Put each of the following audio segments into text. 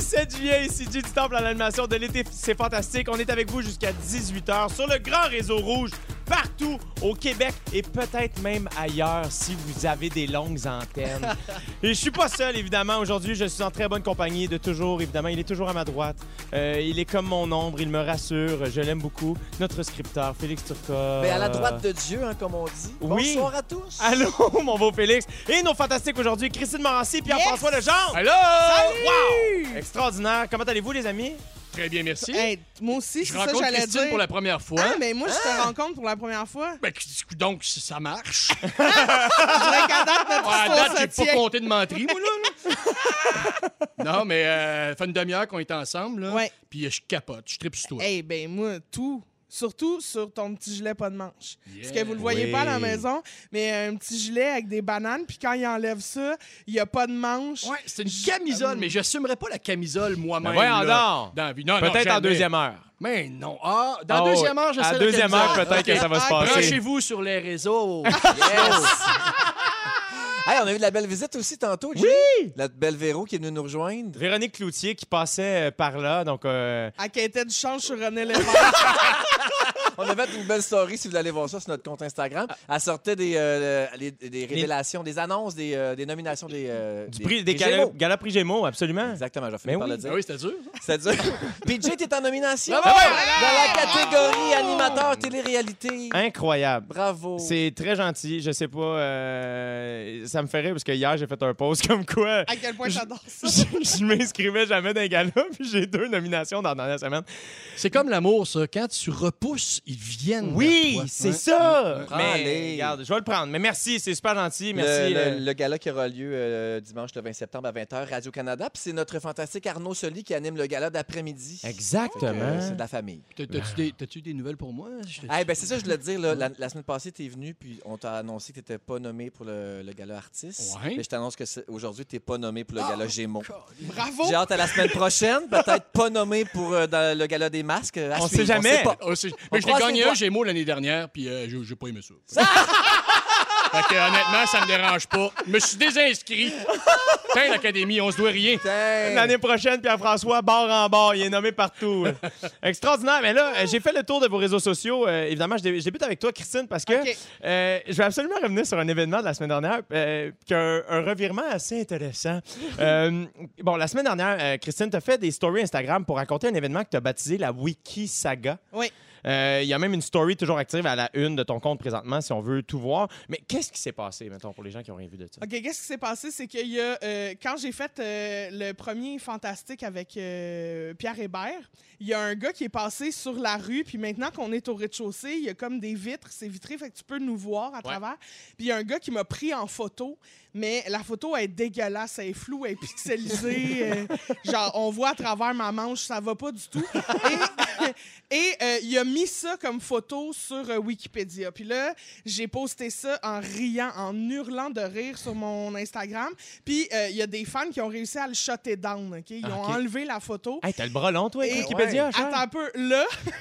7 juillet, ici J du Temple à l'animation de l'été. C'est fantastique. On est avec vous jusqu'à 18h sur le grand réseau rouge, partout au Québec et peut-être même ailleurs si vous avez des longues antennes. et je suis pas seul, évidemment. Aujourd'hui, je suis en très bonne compagnie de toujours, évidemment. Il est toujours à ma droite. Euh, il est comme mon ombre, il me rassure. Je l'aime beaucoup. Notre scripteur, Félix Turcot. Mais Ben, à la droite de Dieu, hein, comme on dit. oui. Bonsoir à tous. Allô, mon beau Félix. Et nos fantastiques aujourd'hui, Christine Morancy, Pierre-François Legendre. Allô? Wow! Extraordinaire. Comment allez-vous, les amis? Très bien, merci. Hey, moi aussi, je c'est ça que rencontre j'allais Christine dire. pour la première fois. Ah, mais moi, je te rencontre pour la première fois. Ben, qu- donc, si ça marche. Ah, Je dirais qu'à date, notre à histoire date, se j'ai pas tient. compté de menterie, moi, là. là. non, mais euh, fait une demi-heure qu'on est ensemble, là. Ouais. Puis euh, je capote, je tripe sur toi. Hey, ben moi, tout. Surtout sur ton petit gilet pas de manche. Parce que vous le voyez Oui. pas à la maison, mais un petit gilet avec des bananes, puis quand il enlève ça, il y a pas de manche. Ouais, c'est une camisole, mais j'assumerai pas la camisole moi-même. Ben voyons là, donc. dans la vie. Non, non, Peut-être en jamais. deuxième heure. Mais non. Ah, dans Ah, deuxième oui. heure, j'essaie À la deuxième heure, camisole. peut-être que Ok. ça va se passer. Branchez-vous sur les réseaux. Ben Hey, on a eu de la belle visite aussi tantôt, Jay. La belle Véro qui est venue nous rejoindre. Véronique Cloutier qui passait euh, par là, donc euh, À qui était du change sur René Lévesque. On a fait une belle story, si vous allez voir ça sur notre compte Instagram. Elle sortait des, euh, les- des révélations, des annonces, des, euh, des nominations des, euh, du prix des, gala, Gémeaux. Gala Prix Gémeaux, absolument. Exactement, j'ai fini Mais par oui. Ben le Ah dire. oui, c'était dur. C'est dur. PJ, t'es en nomination Bravo! ben dans la catégorie animateur télé-réalité. Incroyable. Bravo. C'est très gentil, je sais pas, euh, ça me fait rire parce que hier j'ai fait un post comme quoi à quel point j'adore ça. je, je m'inscrivais jamais dans les galas puis j'ai deux nominations dans la dernière semaine. C'est comme l'amour, ça. Quand tu repousses, ils viennent. vers Oui, toi. c'est Ouais. ça. Mais Prends-les. regarde, je vais le prendre. Mais merci, c'est super gentil, merci. hein? Le, euh, le- le gala qui aura lieu euh, dimanche le 20 septembre à 20h, Radio-Canada. Puis c'est notre fantastique Arnaud Soli qui anime le gala d'après-midi. Exactement. Euh, c'est de la famille. T'as- T'as-tu des, t'as-tu des nouvelles pour moi? Je te- Eh ben, c'est ça, je voulais te dire. là, la, la semaine passée, tu es venu, puis on t'a annoncé que tu n'étais pas nommé pour le, le gala artiste. Ouais. Mais je t'annonce que c'est- aujourd'hui, tu n'es pas nommé pour le Oh, gala Gémeaux. Bravo. J'ai hâte à la semaine prochaine. Peut-être pas nommé pour euh, dans le gala des masques. euh, À On suivre, sait jamais. pas. Ah, c'est- On mais je l'ai croise les gagné doigts. un Gémeaux l'année dernière, puis euh, j'ai, j'ai pas aimé ça. fait que, honnêtement, ça me dérange pas. Je me suis désinscrit. Putain, l'Académie, on se doit rien. Putain. L'année prochaine, Pierre-François, barre en barre, il est nommé partout. Extraordinaire. Mais là, euh, j'ai fait le tour de vos réseaux sociaux. Euh, évidemment, je, dé- je débute avec toi, Christine, parce que Ok. euh, je vais absolument revenir sur un événement de la semaine dernière, euh, qui a un, un revirement assez intéressant. Euh, bon, la semaine dernière, euh, Christine, t'as fait des stories Instagram pour raconter un événement que tu as baptisé la Wiki Saga. Oui. Euh, Il y a même une story toujours active à la une de ton compte présentement, si on veut tout voir. Mais qu'est-ce qui s'est passé, mettons, pour les gens qui ont rien vu de ça? OK, qu'est-ce qui s'est passé? C'est qu'il y a, euh, quand j'ai fait euh, le premier Fantastique avec euh, Pierre Hébert, il y a un gars qui est passé sur la rue, puis maintenant qu'on est au rez-de-chaussée, il y a comme des vitres, c'est vitré, fait que tu peux nous voir à travers. Puis il y a un gars qui m'a pris en photo, mais la photo elle est dégueulasse, elle est floue, elle est pixelisée. euh, genre, on voit à travers ma manche, ça va pas du tout. Et, et, euh, il a mis ça comme photo sur euh, Wikipédia. Puis là, j'ai posté ça en riant, en hurlant de rire sur mon Instagram. Puis euh, il y a des fans qui ont réussi à le shotter down. ok? Ils ont Ok. enlevé la photo. Hey, t'as le bras long, toi, avec Et- Wikipédia, cher. Attends un peu. Là,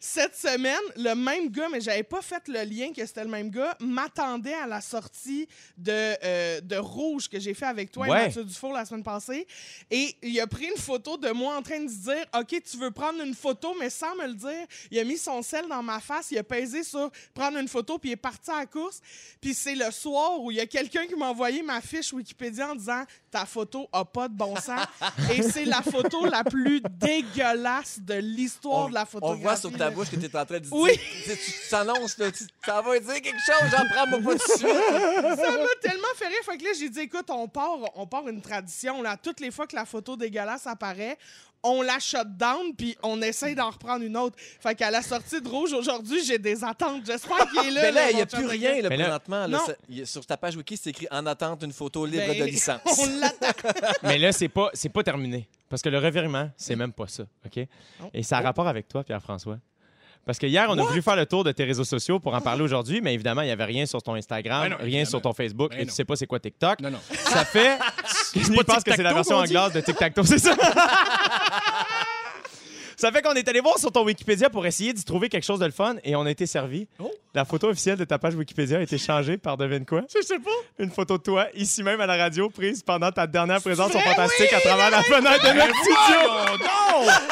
cette semaine, le même gars, mais j'avais pas fait le lien que c'était le même gars, m'attendait à la sortie de, euh, de Rouge que j'ai fait avec toi Ouais. et Mathieu Dufour la semaine passée. Et il a pris une photo de moi en train de se dire OK, tu veux prendre une photo, mais sans me le dire. Il a mis son sel dans ma face, il a pesé sur prendre une photo, puis il est parti à la course. Puis c'est le soir où il y a quelqu'un qui m'a envoyé ma fiche Wikipédia en disant Ta photo a pas de bon sens. Et c'est la photo la plus dégueulasse de l'histoire On, de la on photographie. voit sur ta là. bouche que tu es en train de dire. Oui. Tu sais, tu t'annonces, là, tu- ça va dire quelque chose, j'en prends mon pas dessus. Ça m'a tellement fait rire. Fait que là, j'ai dit, écoute, on part, on part une tradition. Là, toutes les fois que la photo dégueulasse apparaît, on la shut down, puis on essaye d'en reprendre une autre. Fait qu'à la sortie de Rouge aujourd'hui, j'ai des attentes. J'espère qu'il est là. Mais Ben là, il n'y mon a chum plus de rien gars. là, Mais là- présentement. là, Non. ça- il y a- sur ta page wiki, c'est écrit en attente d'une photo libre Ben, de licence. On l'attend. Mais là, c'est pas, c'est pas terminé. Parce que le revirement, c'est même pas ça, OK? Et ça a rapport avec toi, Pierre-François. Parce que hier, on a voulu faire le tour de tes réseaux sociaux pour en parler aujourd'hui, mais évidemment, il n'y avait rien sur ton Instagram, Ben non, rien évidemment. sur ton Facebook, Ben et tu non. sais pas c'est quoi TikTok. Non, non. Ça fait... Je pas pense que c'est la tic-tac-toe version qu'on dit? anglaise de Tic Tac Toe, c'est ça? Ça fait qu'on est allé voir sur ton Wikipédia pour essayer d'y trouver quelque chose de le fun et on a été servi. Oh. La photo officielle de ta page Wikipédia a été changée par devine quoi? Je sais pas. Une photo de toi, ici même à la radio, prise pendant ta dernière présence au Fantastique à travers la fenêtre de notre studio.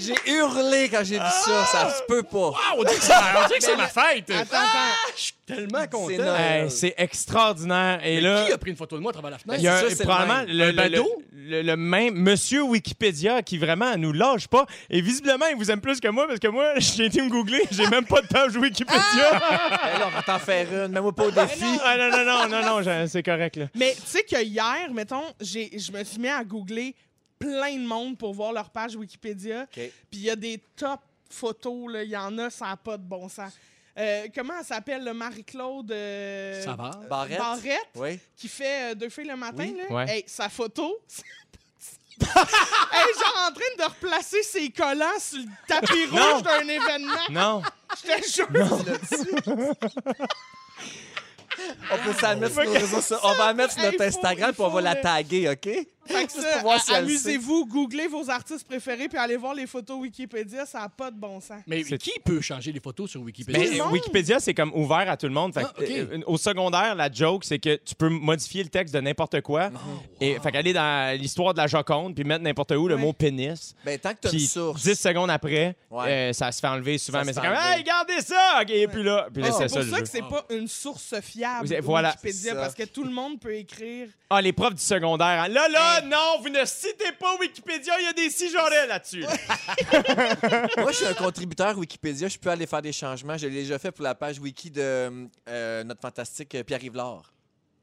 J'ai hurlé quand j'ai vu ça. Ça se peut pas. Ah, on dirait que c'est ma, on dirait que c'est ma fête. Attends, attends. Je suis tellement C'est content. Noël. Hey, c'est extraordinaire. Et là, Qui a pris une photo de moi à travers la fenêtre? il y a c'est un- ça, c'est le probablement même. le, Un le- bateau? le- le même monsieur Wikipédia qui vraiment nous lâche pas. Et visiblement, il vous aime plus que moi parce que moi, j'ai été me googler, j'ai même pas de page Wikipédia. Alors, Ben on va t'en faire une. Mets-moi pas au défi. Ah non, non, non, non, non, j'ai- c'est correct. Là. Mais tu sais que hier, mettons, j'ai- je me suis mis à googler plein de monde pour voir leur page Wikipédia. OK. Puis il y a des top photos, là. Il y en a, ça n'a pas de bon sens. Euh, comment elle s'appelle, le Marie-Claude euh, Ça va. Barrette. Barrette, Oui. qui fait euh, deux filles le matin, Oui. là? Ouais. Hey, sa photo, c'est pas de- Elle est genre en train de replacer ses collants sur le tapis Non. rouge d'un événement. Non. Je te jure, On peut s'en mettre sur nos réseaux sociaux. On va la mettre sur notre Hey, faut- Instagram puis on va faut la le- taguer, OK? Fait que Juste ça, pour voir si a- elle le amusez-vous, googlez vos artistes préférés puis allez voir les photos Wikipédia, ça n'a pas de bon sens. Mais C'est- qui peut changer les photos sur Wikipédia? Mais le monde. Wikipédia, c'est comme ouvert à tout le monde. Fait que, Ah, ok. euh, au secondaire, la joke, c'est que tu peux modifier le texte de n'importe quoi. Et fait qu'aller dans l'histoire de la Joconde puis mettre n'importe où le Ouais. mot pénis. Ben, tant que t'as une Puis source. 10 secondes après, Ouais. euh, ça se fait enlever souvent. Ça mais se c'est fait comme, enlever. hey, regardez ça! OK, Et puis là, puis là, Ah, c'est c'est ça pour le ça jeu. que c'est pas une source fiable Vous- voilà. Wikipédia C'est ça. parce que tout le monde peut écrire. Ah, les profs du secondaire. hein. Là, là, non, vous ne citez pas Wikipédia, il y a des cigarets là-dessus. Moi, je suis un contributeur Wikipédia. Je peux aller faire des changements. Je l'ai déjà fait pour la page Wiki de euh, notre fantastique euh, Pierre Yvelard.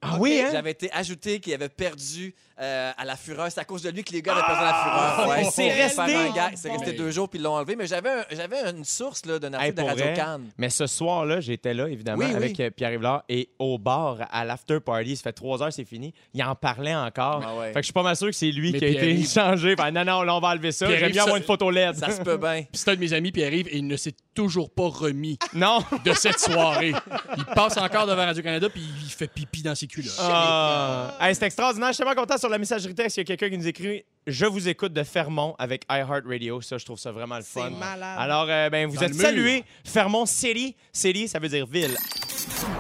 ah oui, hein? J'avais été ajouté qu'il avait perdu euh, à la fureur. C'est à cause de lui que les gars avaient perdu à la fureur. Et Ah! c'est Pour faire resté. Ah un gag. C'est resté Bon. deux jours, puis ils l'ont enlevé. Mais j'avais un- j'avais une source là, d'un Hey, article pour de vrai, Radio-Cannes. Mais ce soir-là, j'étais là, évidemment, Oui, oui. avec euh, Pierre Rivard et au bar, à l'after party, ça fait trois heures, c'est fini. Il en parlait encore. Ah ouais. Fait que je suis pas mal sûr que c'est lui Mais qui a été Pierre-Yves- changé. Fait, non, non, là, on va enlever ça. Pierre-Yves, J'aime bien ça- avoir une photo LED. Ça se peut bien. Puis c'est un de mes amis, puis il arrive et il ne s'est toujours pas remis Non. de cette soirée. Il passe encore devant Radio-Canada, puis il fait pipi dans ses culottes. Ah. Hey, c'est extraordinaire. Je suis tellement content sur la messagerie texte. Il y a quelqu'un qui nous écrit Je vous écoute de Fermont avec iHeartRadio. Ça, je trouve ça vraiment le C'est fun. malade. Alors, euh, ben, vous Dans êtes le mur. salués. Fermont, Célie. Célie, ça veut dire ville.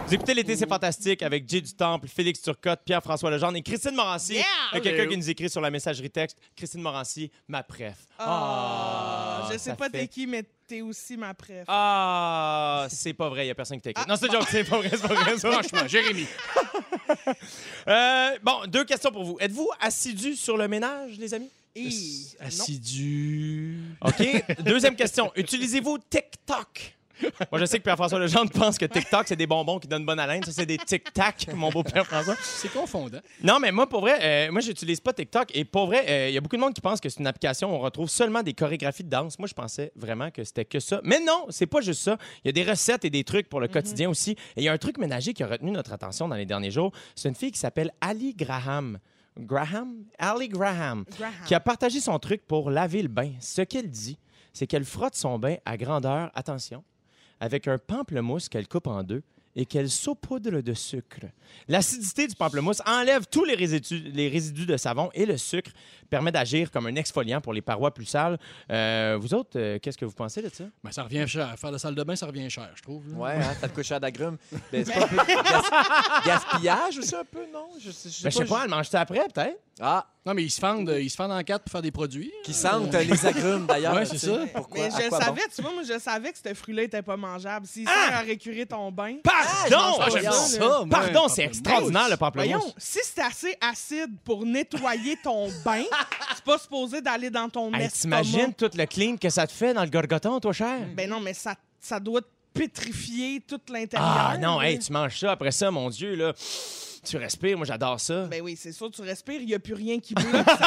Vous écoutez l'été, c'est fantastique avec Jay du Temple, Félix Turcotte, Pierre-François Legendre et Christine Morancy. Yeah! Il y a quelqu'un Hello. qui nous écrit sur la messagerie texte Christine Morancy, ma préf. Ah, Ah, je sais ça pas fait- t'es qui, mais t'es aussi ma préf. Ah, c'est pas vrai, il y a personne qui Ah. t'écoute. non, c'est joke, c'est pas vrai, c'est pas vrai. c'est pas vrai. Franchement, Jérémy. Euh, bon, deux questions pour vous. Êtes-vous assidu sur le ménage, les amis? Et non. Assidu. OK. Deuxième question. Utilisez-vous TikTok? Moi, je sais que Pierre-François Legendre pense que TikTok, c'est des bonbons qui donnent bonne haleine. Ça, c'est des tic-tac, mon beau Pierre-François. C'est confondant. Non, mais moi, pour vrai, euh, moi, j'utilise pas TikTok. Et pour vrai, euh, il y a beaucoup de monde qui pense que c'est une application où on retrouve seulement des chorégraphies de danse. Moi, je pensais vraiment que c'était que ça. Mais non, c'est pas juste ça. Il y a des recettes et des trucs pour le quotidien aussi. Et il y a un truc ménager qui a retenu notre attention dans les derniers jours. C'est une fille qui s'appelle Ali Graham. Graham? Ali Graham Graham. Ah. qui a partagé son truc pour laver le bain. Ce qu'elle dit, c'est qu'elle frotte son bain à grandeur, attention, avec un pamplemousse qu'elle coupe en deux et qu'elle saupoudre de sucre. L'acidité du pamplemousse enlève tous les résidus, les résidus de savon et le sucre permet d'agir comme un exfoliant pour les parois plus sales. Euh, vous autres, euh, qu'est-ce que vous pensez de ça? Mais ça revient cher. Faire la salle de bain, ça revient cher, je trouve. là. Ouais, hein, t'as le coucheur d'agrumes. Ben, c'est pas un peu de gas- gaspillage aussi un peu, non? Je sais, je sais Ben, je sais pas, elle mange ça après, peut-être? je- Ah, Non, mais ils se fendent, euh, ils se fendent en quatre pour faire des produits. qui sentent les agrumes d'ailleurs. Ouais, là, c'est tu sais. ça. Pourquoi? Mais À je quoi bon? savais, tu vois, moi, je savais que ce fruit-là était pas mangeable. S'il Ah! sert à récurer ton bain. Pardon! Ah, j'aime Voyons. ça, moi, Pardon, un c'est pamplemousse. extraordinaire le pamplemousse. Voyons, si c'est assez acide pour nettoyer ton bain, c'est pas supposé d'aller dans ton Hey, estomac. T'imagines tout le clean que ça te fait dans le gorgoton, toi, Mm. cher? Ben non, mais ça, ça doit te pétrifier tout l'intérieur. Ah non, là. hey, tu manges ça après ça, mon Dieu, là. Tu respires, moi j'adore ça. Ben oui, c'est sûr, tu respires, il n'y a plus rien qui brûle. ça,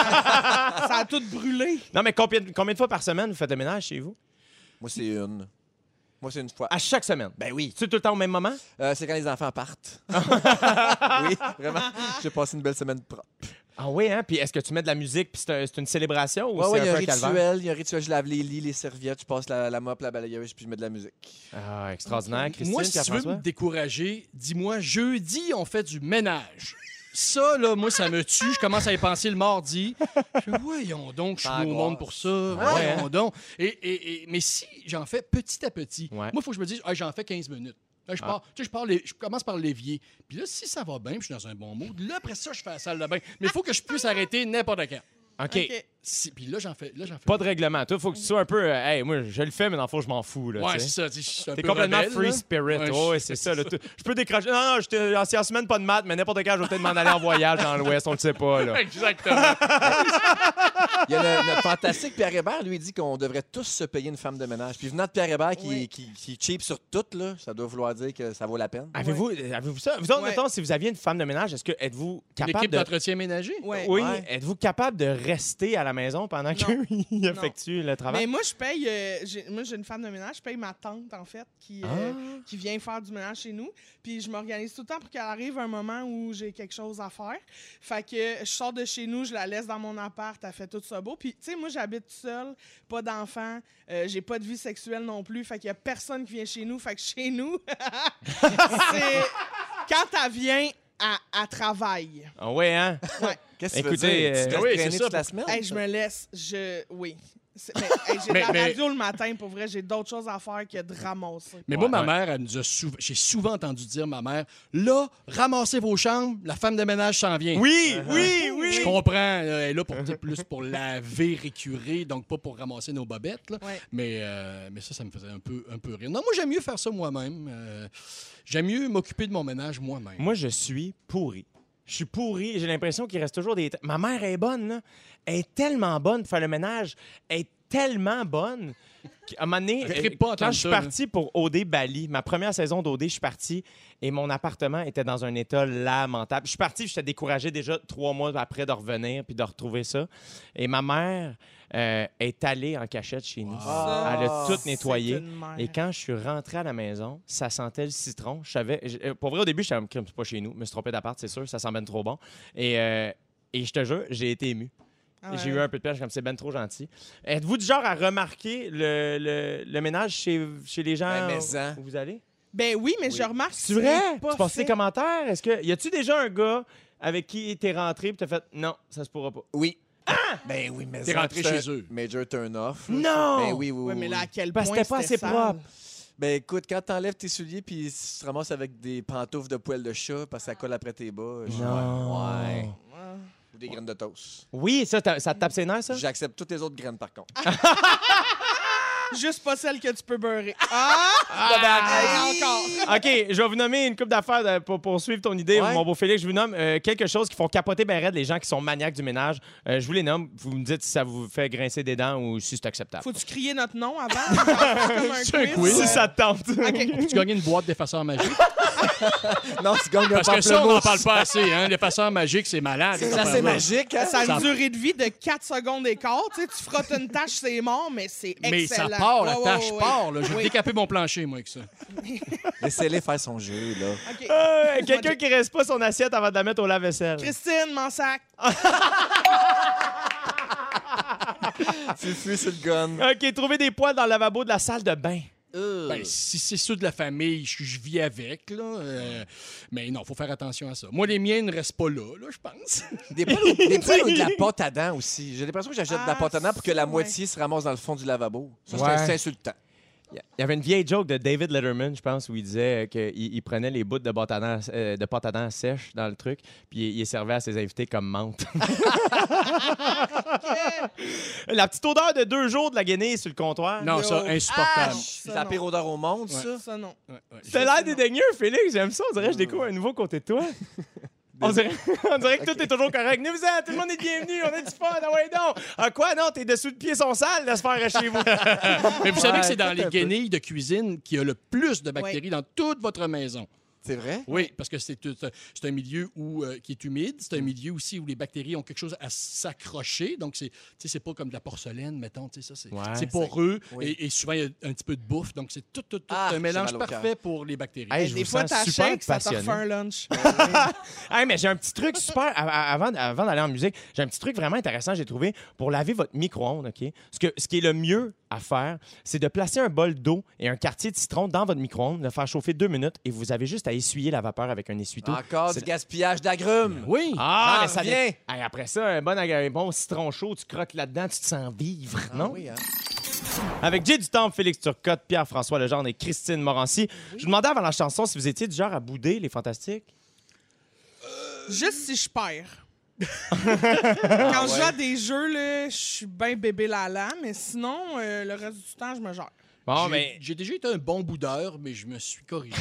ça a tout brûlé. Non, mais combien, combien de fois par semaine vous faites le ménage chez vous? Moi, c'est une. Moi, c'est une fois. À chaque semaine. Ben oui. Tu tout le temps au même moment? Euh, c'est quand les enfants partent. oui, vraiment. J'ai passé une belle semaine propre. Ah oui, hein? Puis est-ce que tu mets de la musique puis c'est un- c'est une célébration ou Ouais, c'est ouais, il y un a un peu un calvaire? rituel. Il y a un rituel. Je lave les lits, les serviettes, je passe la, la mop, la balayeuse, puis je mets de la musique. Ah, extraordinaire, Christine, Moi, si tu veux Pierre-François? me décourager, dis-moi jeudi, on fait du ménage. Ça, là, moi, ça me tue. Je commence à y penser le mardi. Je fais, voyons donc, je suis Ça venu au angoisse. monde pour ça. Ouais, Voyons donc. Et, et- et- mais si j'en fais petit à petit, Ouais. moi, il faut que je me dise, Ah, j'en fais 15 minutes. Là, je, pars, tu sais, je, pars les- je commence par l'évier. Puis là, si ça va bien, puis je suis dans un bon mood, là, après ça, je fais la salle de bain. Mais il faut que je puisse arrêter n'importe quand. OK. OK. Si- puis là, j'en fais. Là, j'en fais. Pas de règlement. Toi, faut que tu sois un peu. euh, hey, moi, je le fais, mais dans le fond, je m'en fous. Là, ouais, tu sais. c'est ça. tu sais, je suis un T'es peu complètement rebelle, free là. spirit. Ouais, Ouais, je- c'est ça. là. Tu- Je peux décrocher. Non, non, j'étais- en six semaines, pas de maths, mais n'importe quand, je vais peut-être m'en aller en voyage dans l'Ouest. On le sait pas. Là. Exactement. Il y a le, le fantastique Pierre Hébert, lui, il dit qu'on devrait tous se payer une femme de ménage. Puis venant de Pierre Hébert, qui, Oui. qui, qui est cheap sur tout, là, ça doit vouloir dire que ça vaut la peine. Avez-vous avez ça? Vous autres, Ouais. mettons, si vous aviez une femme de ménage, est-ce que êtes-vous capable L'équipe de. d'entretien ménager? Ouais. Oui, Ouais. êtes-vous capable de rester à la maison pendant qu'il effectue le Mais travail? moi, je paye. euh, j'ai- moi, j'ai une femme de ménage. Je paye ma tante, en fait, qui, euh, Ah. qui vient faire du ménage chez nous. Puis je m'organise tout le temps pour qu'elle arrive un moment où j'ai quelque chose à faire. Fait que je sors de chez nous, je la laisse dans mon appart. Elle fait tout ça beau. Puis, tu sais, moi, j'habite seule, pas d'enfant. euh, j'ai pas de vie sexuelle non plus. Fait qu'il y a personne qui vient chez nous. Fait que chez nous, c'est. Quand elle vient, elle, elle travaille. Ah ouais, hein? Qu'est-ce que tu veux dire? Écoutez, Tu te laisses euh, oui, traîner c'est ça, toute la semaine? Hey, je me laisse. Je. Oui. C'est- mais, hey, j'ai de Mais- la mais- radio le matin, pour vrai. J'ai d'autres choses à faire que de ramasser. Mais Ouais, moi, ma ouais. mère, elle nous a souvent, j'ai souvent entendu dire, ma mère, là, ramassez vos chambres, la femme de ménage s'en vient. Oui, oui, Je oui! comprends, là, elle est là pour, tu sais, plus pour laver, récurer, donc pas pour ramasser nos bobettes. là. Ouais. Mais, euh, mais ça, ça me faisait un peu, un peu rire. Non, moi, j'aime mieux faire ça moi-même. Euh, j'aime mieux m'occuper de mon ménage moi-même. Moi, je suis pourri. Je suis pourri. J'ai l'impression qu'il reste toujours des. Ma mère est bonne, là. Elle est tellement bonne pour faire le ménage. Elle est tellement bonne. qu'à un moment donné, Je euh, trippe pas à quand entendre je suis ça, là. parti pour OD Bali, ma première saison d'OD, je suis parti et mon appartement était dans un état lamentable. Je suis parti, j'étais découragé déjà trois mois après de revenir puis de retrouver ça. Et ma mère euh, est allée en cachette chez nous. Ah. Elle a tout C'est nettoyé. une mère. Et quand je suis rentré à la maison, ça sentait le citron. Je savais, je- euh, pour vrai, au début, je suis c'est pas chez nous. Je me suis trompé d'appart, c'est sûr, ça sent ben trop bon. Et, euh, et je te jure, j'ai été ému. Ah ouais. J'ai eu un peu de pêche, comme c'est ben trop gentil. Êtes-vous du genre à remarquer le, le- le ménage chez, chez les gens Ben, mais où- en. où, vous allez? Ben oui, mais je remarque. C'est vrai? pas Tu passes tes fait. commentaires? Est-ce que, y a-tu déjà un gars avec qui t'es rentré et t'as fait non, ça se pourra pas? Oui. Ah! Ben oui, mais T'es ça, rentré c'est un chez eux. Major turn-off. là. Non! Ben oui, oui, oui. Ouais, mais là, oui. à quel point. Parce que c'était pas assez sale. propre. Ben écoute, quand t'enlèves tes souliers puis tu te ramasses avec des pantoufles de poils de chat parce que ça colle après tes bas. je- Non. Ouais. Ouais. Ah. Ou des graines de toast. Oui, ça, t'a- ça te tape ses nerfs, ça? J'accepte toutes les autres graines par contre. Ah! Juste pas celle que tu peux beurrer. Ah! Ah, Et encore. OK, je vais vous nommer une coupe d'affaires de- pour poursuivre ton idée, Ouais. mon beau Félix. Je vous nomme euh, quelque chose qui font capoter ben raide les gens qui sont maniaques du ménage. Euh, je vous les nomme. Vous me dites si ça vous fait grincer des dents ou si c'est acceptable. Faut-tu crier notre nom avant? comme un C'est un quiz. quiz. Si Euh, ça te tente. OK. Tu gagnais une boîte d'effaceurs magiques. Ah. non, tu gagnes un Parce que ça, on n'en pamplemousse. parle pas assez. Hein? L'effaceur magique, c'est malade. C'est cette assez affaire-là. magique, hein? Ça a Ça- une durée de vie de 4 secondes et quart. Tu sais, tu frottes une tâche, c'est mort, mais c'est excellent. Mais ça part, la Ouais, ouais, tâche ouais. part. là. Je vais décaper mon plancher, moi, avec ça. Laissez-les faire son jeu, là. OK. Euh, Quelqu'un qui reste pas son assiette avant de la mettre au lave-vaisselle. Christine Mansac. tu fuis sur le gun. OK, trouver des poils dans le lavabo de la salle de bain. Ben, si c'est ceux de la famille, je, je vis avec. Là, euh, mais non, faut faire attention à ça. Moi, les miens ne restent pas là, là je pense. Des poils, ou, des poils ou de la pâte à dents aussi. J'ai l'impression que j'achète de la Ah, pâte à dents pour que ça, la ouais. moitié se ramasse dans le fond du lavabo. Ça, c'est Ouais. un- c'est insultant. Il y avait une vieille joke de David Letterman, je pense, où il disait euh, qu'il il prenait les bouts de, bottes à dents- euh, de pâte à dents sèche dans le truc, puis il les servait à ses invités comme menthe. la petite odeur de deux jours de la guenille sur le Ah, comptoir. Non, ça, Yo. insupportable. C'est Ça, la non. pire odeur au monde, ça. Ça, non. Ouais, ouais. T'as l'air dédaigneux, Félix. J'aime ça. On dirait que je découvre un nouveau côté de toi. On dirait, on dirait que tout est toujours correct. Nous en, tout le monde est bienvenu. On a du fun. Ah ouais, non. Ah quoi, non? Tes dessous de pieds sont sales. Laisse faire chez vous. Mais vous savez Ouais, que c'est dans peut-être un les peu. guenilles de cuisine qu'il y a le plus de bactéries dans toute votre maison. C'est vrai? Oui, parce que c'est tout- c'est un milieu où, euh, qui est humide. C'est un milieu aussi où les bactéries ont quelque chose à s'accrocher. Donc, c'est tu sais, c'est pas comme de la porcelaine, mettons. tu sais, ça, C'est Ouais. c'est poreux. Oui. Et, et souvent, il y a un petit peu de bouffe. Donc, c'est tout, tout, tout Ah, un j'ai mélange mal au cœur. parfait pour les bactéries. Hey, Et je des vous fois, sens t'as super shake, ça te passionné. refait un lunch. Hey, mais j'ai un petit truc super. à- à- Avant, avant d'aller en musique, j'ai un petit truc vraiment intéressant, j'ai trouvé, pour laver votre micro-ondes, OK? Ce, que, ce qui est le mieux à faire, c'est de placer un bol d'eau et un quartier de citron dans votre micro-ondes, le faire chauffer deux minutes et vous avez juste à y essuyer la vapeur avec un essuie-tout. Encore C'est- du gaspillage d'agrumes. Oui. Ah, Ah, mais ça reviens. dé- Hey, après ça, un bon, aga- un bon citron chaud, tu croques là-dedans, tu te sens vivre, Ah non? oui, hein? Avec Jay Dutemps, Félix Turcotte, Pierre-François Lejeune et Christine Morancy. Je vous demandais avant la chanson si vous étiez du genre à bouder les fantastiques. Juste si je perds. Quand je joue à des jeux, là, je suis bien bébé lala, mais sinon, euh, le reste du temps, je me gère. Bon, J'ai- mais J'ai déjà été un bon boudeur, mais je me suis corrigé.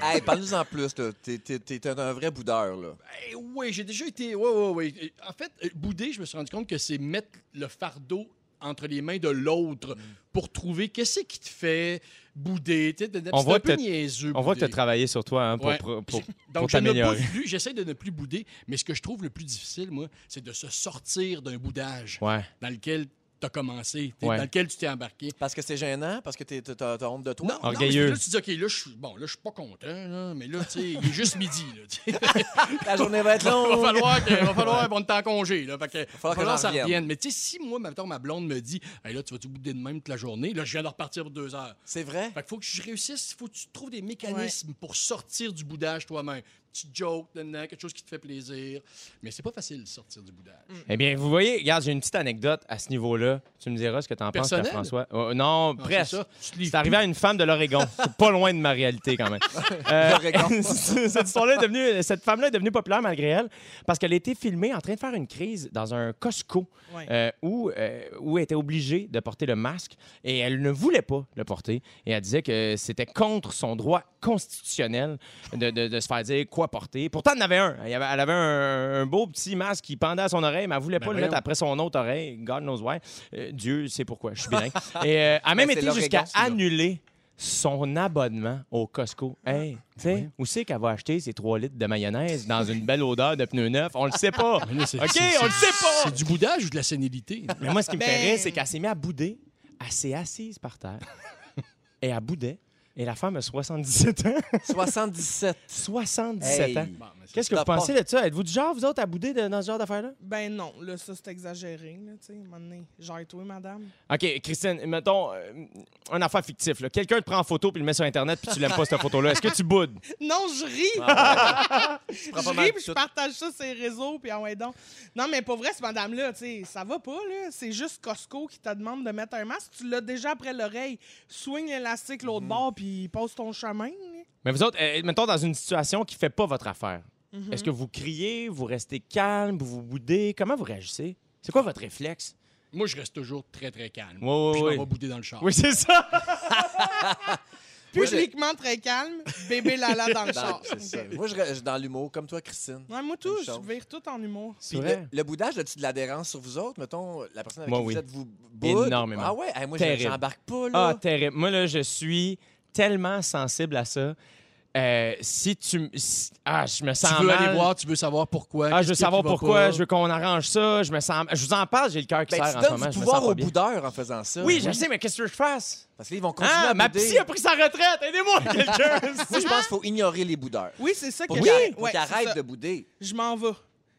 Hey, parle-nous en plus, là. T'es, t'es- t'es un, un vrai boudeur, là. Eh oui, j'ai déjà été. Oui, oui, oui. En fait, euh, bouder, je me suis rendu compte que c'est mettre le fardeau entre les mains de l'autre pour trouver qu'est-ce qui te fait bouder. Tu sais, de- de- On c'est voit un peu que t'as- niaieux. on voit que bouder. tu as travaillé sur toi hein, pour, Ouais. pour- pour- Donc, je ne t'améliorer. boude plus. J'essaie de ne plus bouder, mais ce que je trouve le plus difficile, moi, c'est de se sortir d'un boudage Ouais. dans lequel tu as commencé, tu sais, Ouais. dans lequel tu t'es embarqué. Parce que c'est gênant, parce que t'es- t'as, t'as- t'as honte de toi. Non, non, Orgueilleux. mais là, tu dis, OK, là, je suis bon, là, je suis pas content, là, mais là, tu sais, il est juste midi. Là, tu sais. La journée va être longue. Il va falloir que- va falloir qu'on est en congé. Là, fait que, va falloir que j'en ça revienne. revienne. Mais tu sais, si moi, mettons, ma blonde me dit Hey, là, tu vas-tu bouder de même toute la journée, là, je viens de repartir pour deux heures. C'est vrai? Fait que faut que je réussisse, faut que tu trouves des mécanismes pour sortir du boudage toi-même. Petite joke, nanana, quelque chose qui te fait plaisir. Mais c'est pas facile de sortir du boudage. Eh bien, vous voyez, regarde, j'ai une petite anecdote à ce niveau-là. Tu me diras ce que t'en penses, Personnel? Pierre-François. Euh, non, Ah, presque. c'est ça. Tu te livres C'est arrivé à une femme de l'Oregon. C'est pas loin de ma réalité, quand même. Euh, L'Oregon. cette histoire-là est devenue, cette femme-là est devenue populaire malgré elle parce qu'elle a été filmée en train de faire une crise dans un Costco Ouais. euh, où, euh, où elle était obligée de porter le masque et elle ne voulait pas le porter. Et elle disait que c'était contre son droit constitutionnel de, de- de se faire dire quoi porter. Pourtant, elle en avait un. Elle avait, elle avait un, un beau petit masque qui pendait à son oreille, mais elle voulait pas le voyons. mettre après son autre oreille. God knows why. Euh, Dieu sait pourquoi. Je suis bilingue. Et euh, elle a même c'est été l'Oregon, jusqu'à celui-là. annuler son abonnement au Costco. Hey, tu sais, où c'est qu'elle va acheter ses 3 litres de mayonnaise dans une belle odeur de pneus neufs? On le sait pas. Mais là, c'est- OK, c'est- on le sait pas. C'est du boudage ou de la sénilité? Mais moi, ce qui me fait Ben- rire, c'est qu'elle s'est mise à bouder. Elle s'est assise par terre. et elle boudait. Et la femme a 77 ans. 77. 77 Hey. ans. Bon, mais c'est- Qu'est-ce que t'as vous pensez de ça? Êtes-vous du genre, vous autres, à bouder de- dans ce genre d'affaires-là? Ben non, là, ça, c'est exagéré, là, tu sais, à un moment donné. Gère-toi, madame. OK, Christine, mettons euh, un affaire fictif. là. Quelqu'un te prend en photo puis le met sur Internet puis tu l'aimes pas, cette photo-là. Est-ce que tu boudes? Non, je ris! Ah, Tu prends Je pas mal ris, puis je tout. partage ça sur les réseaux, puis ah ouais donc. Non, mais pour vrai, cette madame-là, tu sais, ça va pas, là. C'est juste Costco qui te demande de mettre un masque. Tu l'as déjà après l'oreille. Swing l'élastique l'autre Mhm. bord, puis pose ton chemin. là. Mais vous autres, euh, mettons dans une situation qui fait pas votre affaire. Mhm. Est-ce que vous criez, vous restez calme, vous vous boudez? Comment vous réagissez? C'est quoi votre réflexe? Moi, je reste toujours très, très calme. Ouais, ouais, Puis je m'en ouais. vais bouder dans le char. Oui, c'est ça! Moi, j'ai- Publiquement très calme, bébé Lala dans le Dans- char. Ben, c'est ça. Moi, je reste dans l'humour, comme toi, Christine. Ouais, moi, tout, Une je chance. vire tout en humour. C'est Puis vrai. le, le boudage, as-tu de l'adhérence sur vous autres? Mettons, la personne avec Moi, qui oui. vous êtes vous boude? Énormément. Ah ouais? Hey, moi, Terrible. je- j'embarque pas, Ah, là. terrible. Moi, là, je suis tellement sensible à ça. Euh, si tu... m- si- ah, je me Tu sens veux mal. aller euh, voir, tu veux savoir pourquoi. Ah, je qu'est-ce veux qui- qui savoir va pourquoi, pas. je veux qu'on arrange ça, je me sens... Je vous en parle, j'ai le cœur qui Ben, serre tu en ce donnes moment, du je me sens pouvoir pas au bien. boudeur en faisant ça. Oui, je sais, mais qu'est-ce que je fasse? Parce que là, ils vont continuer Hein, à ma bouder. psy a pris sa retraite, aidez-moi, quelqu'un! Moi, je pense qu'il faut ignorer les boudeurs. Oui, c'est ça que Pour qu'ils j'ai- arrêtent- pour ouais, qu'ils c'est arrêtent ça. de bouder. Je m'en vais.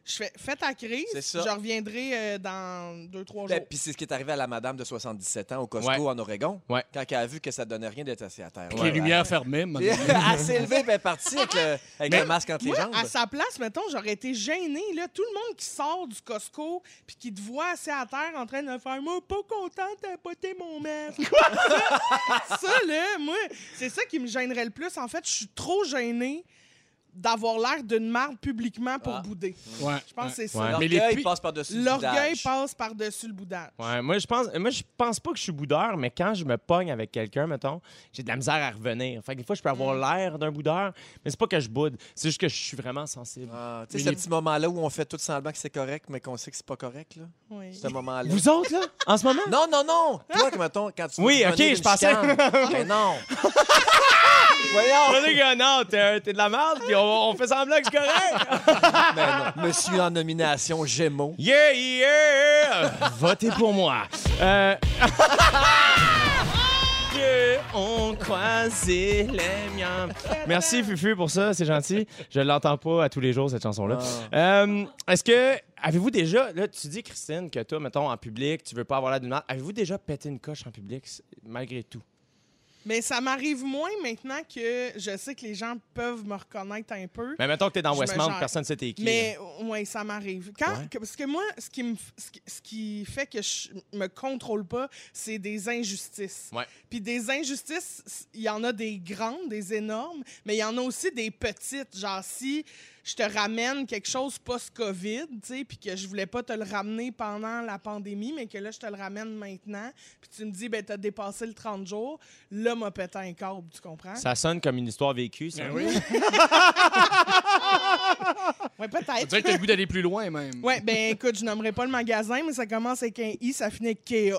Je fais, fais ta crise, C'est ça. je reviendrai euh, dans deux, trois Ben, jours. Puis c'est ce qui est arrivé à la madame de 77 ans au Costco Ouais. en Oregon. Ouais. Quand elle a vu que ça donnait rien d'être assis à terre. Puis Les lumières fermées. mon Puis ami. elle s'est levée puis elle est partie ben, avec le, avec le masque entre les Moi, jambes. à sa place, mettons, j'aurais été gênée. Là. Tout le monde qui sort du Costco puis qui te voit assis à terre en train de faire « Moi, pas contente à poter mon masque. » Ça, ça, là, moi, c'est ça qui me gênerait le plus. En fait, je suis trop gênée d'avoir l'air d'une marde publiquement pour Ah. bouder. Ouais. Je pense que c'est ça. Ouais. Mais les L'orgueil pi- passe par-dessus le L'orgueil boudage. passe par-dessus le boudage. Ouais, moi, je pense, moi, je pense pas que je suis boudeur, mais quand je me pogne avec quelqu'un, mettons, j'ai de la misère à revenir. Fait que des fois, je peux Mm. avoir l'air d'un boudeur, mais c'est pas que je boude, c'est juste que je suis vraiment sensible. Ah, tu Mais sais, ce les- petit moment-là où on fait tout semblant que c'est correct, mais qu'on sait que c'est pas correct, là. Oui. Ce moment-là. Vous autres, là, en ce moment? Non, non, non! Toi, que, mettons, quand tu Oui, veux ok, mener je d'une pensais- chicane. Mais non! Voyons! Regardez que non, t'es t'es de la merde, puis on, on fait semblant que c'est correct. Mais non. Monsieur en nomination Gémeaux. Yeah, yeah! Votez pour moi. Euh... Que on croisait les miens. Merci Fufu pour ça, c'est gentil. Je l'entends pas à tous les jours cette chanson-là. Euh, Est-ce que avez-vous déjà là tu dis Christine que toi mettons en public tu veux pas avoir la d'une merde. Avez-vous déjà pété une coche en public s- malgré tout Mais ça m'arrive moins maintenant que je sais que les gens peuvent me reconnaître un peu. Mais mettons que t'es dans Je me Westmount, gère. personne ne sait t'es qui. là. Mais oui, ça m'arrive. Quand, Ouais. que- parce que moi, ce qui, me, f- ce qui- ce qui fait que je me contrôle pas, c'est des injustices. Ouais. Puis des injustices, s- il y en a des grandes, des énormes, mais il y en a aussi des petites. Genre, si je te ramène quelque chose post-COVID, tu sais, puis que je voulais pas te le ramener pendant la pandémie, mais que là, je te le ramène maintenant, puis tu me dis, ben, t'as dépassé le 30 jours, là, m'a pété un câble, tu comprends? Ça sonne comme une histoire vécue, ça. Ben oui. Ouais, On peut-être. dirait que t'as le goût d'aller plus loin, même. Ouais, ben écoute, je nommerai pas le magasin, mais ça commence avec un I, ça finit avec Kea.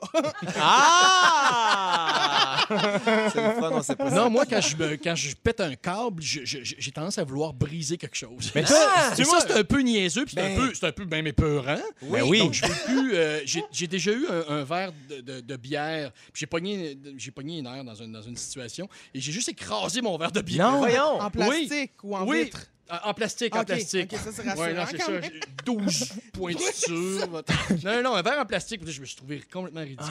Ah! C'est le fun, on sait pas. Non, moi, quand je, me- quand je pète un câble, je- je- je- j'ai tendance à vouloir briser quelque chose. Mais Et toi, Ah! tu vois- Ah, ça, c'est un peu niaiseux, puis c'est Ben- un peu, c'est un peu même épeurant. Ben oui. Donc, je veux plus, euh, j'ai- j'ai déjà eu un, un verre de, de- de bière, puis j'ai pogné, j'ai pogné une aire dans une, dans une situation, et j'ai juste écrasé mon verre de bière. Non. Voyons. en plastique ou en Oui, vitre. en en plastique, en Ok, plastique. ok, ça, c'est Ouais, rassurant non, c'est quand ça. même. J'ai 12 points de suture. Non, non, non, un verre en plastique, je me suis trouvé complètement ridicule.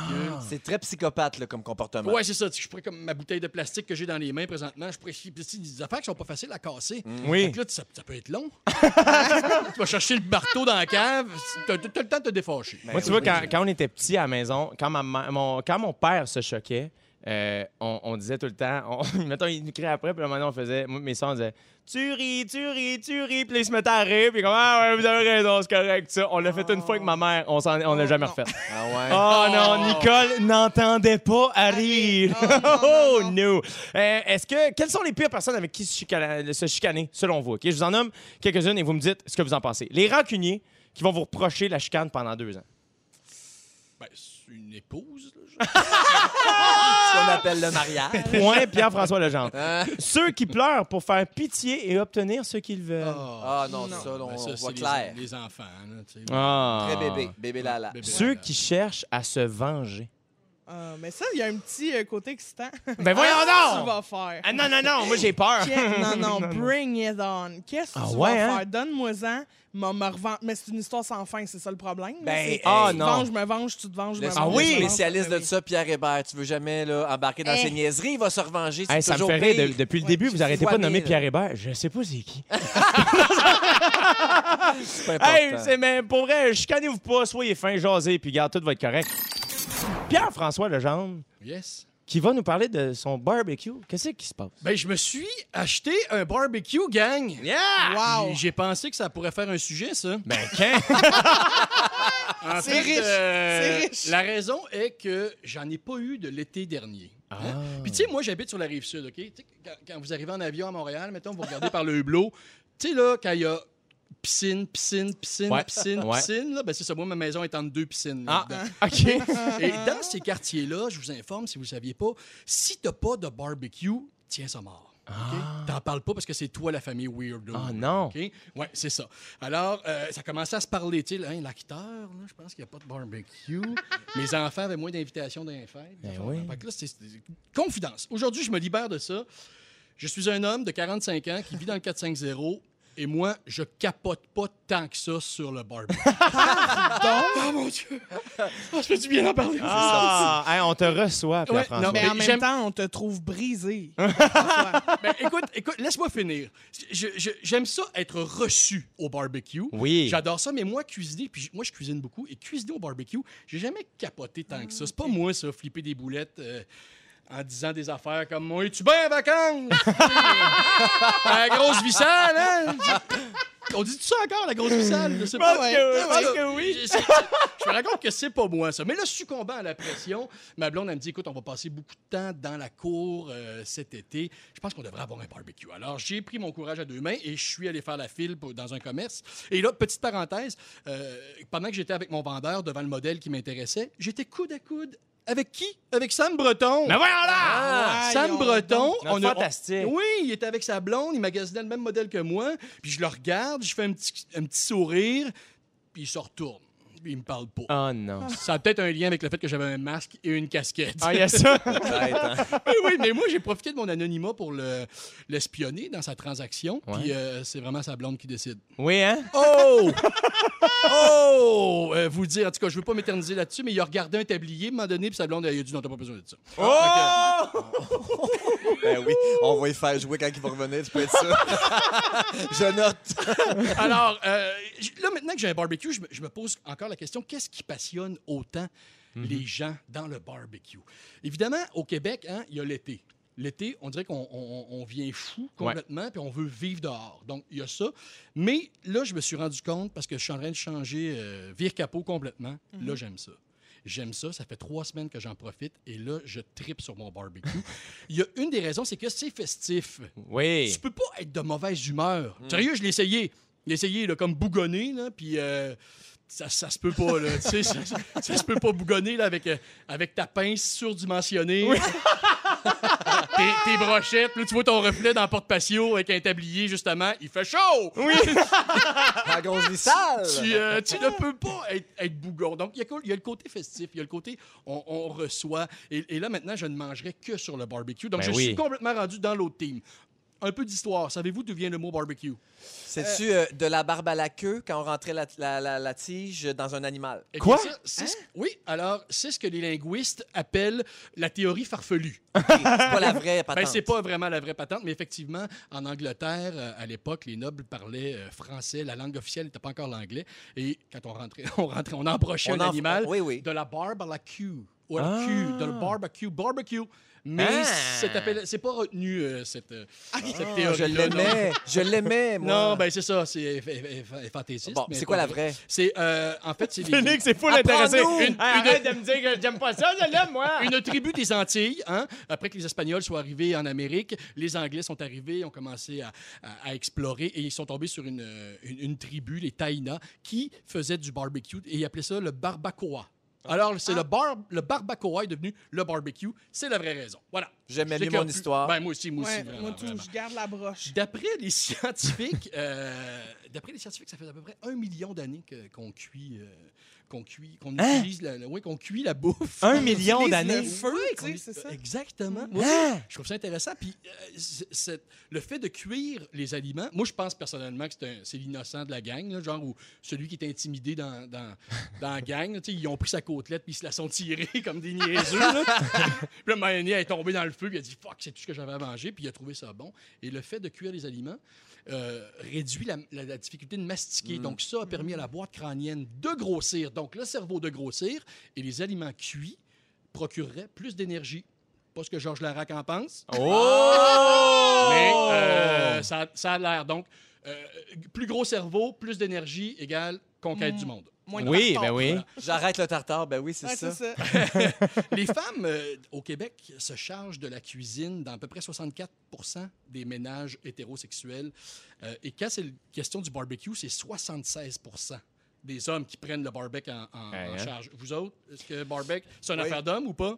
C'est très psychopathe là, comme comportement. Ouais, c'est ça. Je pourrais, comme ma bouteille de plastique que j'ai dans les mains présentement, je pourrais chier des petites affaires qui sont pas faciles à casser. Oui. Fait que là, ça, ça peut être long. tu vas chercher le marteau dans la cave, t'as t'as- t'as le temps de te défâcher. Moi, tu vois, quand, quand on était petit à la maison, quand, ma ma- mon, quand mon père se choquait, euh, on, on disait tout le temps, on, mettons, il nous criait après, puis là, maintenant, on faisait, moi, mes sons, on disait, tu ris, tu ris, tu ris, puis là, ils se mettaient à rire, puis comme, ah ouais, vous avez raison, c'est correct, ça. On l'a fait une fois avec ma mère, on s'en- on l'a Oh, jamais non. refait. Ah ouais. Oh non, Nicole n'entendait pas à rire. Oh, non, Oh non, no. Euh, Est-ce que quelles sont les pires personnes avec qui se chicaner, se chicaner, selon vous Ok, Je vous en nomme quelques-unes et vous me dites ce que vous en pensez. Les rancuniers qui vont vous reprocher la chicane pendant deux ans. Ben, c'est une épouse, là. je- Ce qu'on appelle le mariage. Point Pierre-François Legendre. Hein? Ceux qui pleurent pour faire pitié et obtenir ce qu'ils veulent. Ah, Ah non, Non. ça, on, ben, on ça, c'est voit les- clair. Les, enfants, là, tu sais. Ah. Très bébé, bébé Lala. Bébé. Ceux qui cherchent à se venger. Ah, mais ça, il y a un petit euh, côté excitant. Ben voyons Qu'est-ce que donc! tu vas faire? Ah non, non, non, moi j'ai peur. Check- Non, non, bring it on. Qu'est-ce que Ah tu ouais, vas hein? faire? Donne-moi-en, m'en me revendre. Mais c'est une histoire sans fin, c'est ça le problème. là. Ben, C'est- ah, tu non. te venges, je me venge, tu te venges, je me Le venge. Ah oui! je me venge. ben, spécialiste Ben de ça, Pierre Hébert. Tu veux jamais là, embarquer dans Eh. ses niaiseries, il va se revenger. c'est Hey, ça me toujours fait rire. pire. de- depuis le Ouais, début, tu vous arrêtez vois pas de nommer mille. Pierre Hébert. Je sais pas c'est qui. C'est pas Hey, important. c'est- mais pour vrai, chicanez-vous pas, soyez fin, jasez, puis garde, tout va être correct. Pierre-François Legendre, Yes. qui va nous parler de son barbecue. Qu'est-ce qui se passe? Ben, je me suis acheté un barbecue, gang. Ben, Yeah! Wow! J'ai- J'ai pensé que ça pourrait faire un sujet, ça. Ben, quand? En Ah, C'est fait, riche, euh, c'est riche. La raison est que j'en ai pas eu de l'été dernier. hein. Ah. Puis tu sais, moi j'habite sur la rive sud, OK? Tu sais, Quand, quand vous arrivez en avion à Montréal, mettons, vous regardez par le hublot, tu sais là, quand il y a piscine, piscine, piscine, Ouais, piscine, ouais. Ah. piscine, là, ben c'est ça, moi ma maison est entre deux piscines. là, dedans. OK. Et dans ces quartiers-là, je vous informe, si vous ne saviez pas, si t'as pas de barbecue, tiens ça mort. ok? T'en parles pas parce que c'est toi la famille weirdo. Ah, non. ok? Ouais, c'est ça. Alors, euh, ça commençait à se parler. Tu sais, là, hein, l'acteur, là, je pense qu'il n'y a pas de barbecue. Mes enfants avaient moins d'invitations d'un fête. Ben oui. Fait que là, c'est- c'est- confidence. Aujourd'hui, je me libère de ça. Je suis un homme de 45 ans qui vit dans le 450 et moi, je capote pas tant que ça sur le barbecue. oh mon Dieu! Ah, je fais du bien d'en parler. Ah, hey, on te reçoit, Ouais, Pierre-François. non, Mais en Mais même j'aime- temps, on te trouve brisé. Ben, écoute, écoute, laisse-moi finir. Je- je- J'aime ça être reçu au barbecue. Oui. J'adore ça, mais moi, cuisiner, puis j- moi, je cuisine beaucoup, et cuisiner au barbecue, j'ai jamais capoté tant que ça. C'est pas moi, ça, flipper des boulettes euh, en disant des affaires comme Moi, es-tu bien en vacances? la grosse vissale, hein? On dit tout ça encore, la grosse vissale? Je sais pense pas. que- Ouais. je pense En tout cas, que oui. je- c'est- Je me rends compte que c'est pas moi, ça. Mais là, succombant à la pression, ma blonde, elle me dit écoute, on va passer beaucoup de temps dans la cour euh, cet été. Je pense qu'on devrait avoir un barbecue. Alors, j'ai pris mon courage à deux mains et je suis allé faire la file pour- dans un commerce. Et là, petite parenthèse, euh, pendant que j'étais avec mon vendeur devant le modèle qui m'intéressait, j'étais coude à coude. Avec qui? Avec Sam Breton. Mais voyons là! Ah, Sam voyons Breton, Ben donc. Notre fantastique. oui, il était avec sa blonde, il magasinait le même modèle que moi. Puis je le regarde, je fais un petit, un petit sourire, puis il se retourne. il me parle pas. Oh non. Ça a peut-être un lien avec le fait que j'avais un masque et une casquette. Ah, il y a ça. hein. oui, oui, mais moi, j'ai profité de mon anonymat pour le- l'espionner dans sa transaction. Ouais. Puis euh, c'est vraiment sa blonde qui décide. Oui, hein? Oh! oh! Euh, vous dire, en tout cas, je veux pas m'éterniser là-dessus, mais il a regardé un tablier à un moment donné, puis sa blonde, elle a dit non, t'as pas besoin de ça. Oh! Ben oui, on va y faire jouer quand il va revenir, tu peux être sûr. Je note. Alors, euh, j- là, maintenant que j'ai un barbecue, je me, je me pose encore la question qu'est-ce qui passionne autant les gens dans le barbecue Évidemment, au Québec, hein, il y a l'été. L'été, on dirait qu'on on- on vient fou complètement, puis on veut vivre dehors. Donc, il y a ça. Mais là, je me suis rendu compte, parce que je suis en train de changer euh, vire capot complètement. Là, j'aime ça. J'aime ça. Ça fait trois semaines que j'en profite. Et là, je tripe sur mon barbecue. Il y a une des raisons, c'est que c'est festif. Oui. Tu peux pas être de mauvaise humeur. Sérieux, je l'ai essayé. Je l'ai essayé là, comme bougonner, là, puis euh, ça, ça se peut pas. Là, tu sais, ça, ça se peut pas bougonner là, avec, euh, avec ta pince surdimensionnée. tes, tes brochettes. Là, tu vois ton reflet dans le porte-patio avec un tablier, justement. Il fait chaud! La grosse vissale. tu, euh, tu ne peux pas être, être bougon. Donc, il y, a, co- il y a le côté festif, il y a le côté on, on reçoit. Et, et là, maintenant, je ne mangerai que sur le barbecue. Donc, Ben je oui. suis complètement rendu dans l'autre team. Un peu d'histoire. Savez-vous d'où vient le mot barbecue? C'est-tu euh, de la barbe à la queue quand on rentrait la, la- la- la tige dans un animal? Eh bien, Quoi? ça, c'est Hein? ce- oui, alors, c'est ce que les linguistes appellent la théorie farfelue. C'est pas la vraie Ben, patente. c'est pas vraiment la vraie patente, mais effectivement, en Angleterre, euh, à l'époque, les nobles parlaient euh, français. La langue officielle n'était pas encore l'anglais. Et quand on rentrait, on, rentrait, on embrochait On un en- animal. Oui, oui. de la barbe à la queue. Ou à Ah. la queue, de le barbecue, barbecue. Mais Ah. c'est appel- c'est pas retenu, euh, cette, euh, cette Ah, je théorie-là. non. l'aimais. Je l'aimais, moi. Non, ben c'est ça, c'est eff- eff- eff- fantaisiste. Bon, mais c'est quoi la vraie? C'est, euh, en fait, c'est les- Phoenix, c'est full Apprends-nous. intéressé. Une- Hey, Arrête de me dire que j'aime pas ça, je l'aime, moi. une tribu des Antilles, hein, après que les Espagnols soient arrivés en Amérique, les Anglais sont arrivés, ont commencé à, à- à explorer et ils sont tombés sur une, euh, une- une tribu, les Taïna, qui faisaient du barbecue et ils appelaient ça le barbacoa. Ah. Alors, Ah. c'est le, bar, le barbacoa est devenu le barbecue. C'est la vraie raison. Voilà. J'aimais J'ai mieux mon corpu. histoire. Ben, moi aussi, moi aussi. Ouais, vraiment, moi, tout, vraiment. je garde la broche. D'après les scientifiques, euh, d'après les scientifiques, ça fait à peu près un million d'années que- qu'on cuit, euh, qu'on cuit, qu'on Hein? utilise, la, la- ouais, qu'on cuit la bouffe. Un million Utilise d'années. le feu, Oui, tu qu'on- sais, c'est ça. Exactement. Mm. Moi, Hein? Je trouve ça intéressant. Puis euh, c- c'est- le fait de cuire les aliments, moi, je pense personnellement que c'est un- c'est l'innocent de la gang, là, genre où celui qui est intimidé dans, dans, dans la gang, là, tu sais, ils ont pris sa côtelette puis ils se la sont tirée comme des niaiseux. là. puis le mayonnaise est tombé dans le feu puis il a dit fuck, c'est tout ce que j'avais à manger puis il a trouvé ça bon. Et le fait de cuire les aliments euh, réduit la, la- la difficulté de mastiquer. Donc ça a permis à la boîte crânienne de grossir. Donc le cerveau de grossir et les aliments cuits procureraient plus d'énergie. Pas ce que Georges Larac en pense. Oh! Mais euh, ça, ça a l'air. Donc, euh, plus gros cerveau, plus d'énergie égale conquête Mm. du monde. Moins de oui, tartare. ben oui. J'arrête le tartare. Ben oui, c'est Ouais, ça. c'est ça. Les femmes euh, au Québec se chargent de la cuisine dans à peu près 64 des ménages hétérosexuels. Euh, et quand c'est la question du barbecue, c'est 76 des hommes qui prennent le barbecue en, en- Hey, en hein. charge. Vous autres, est-ce que barbecue, c'est une Oui. affaire d'homme ou pas?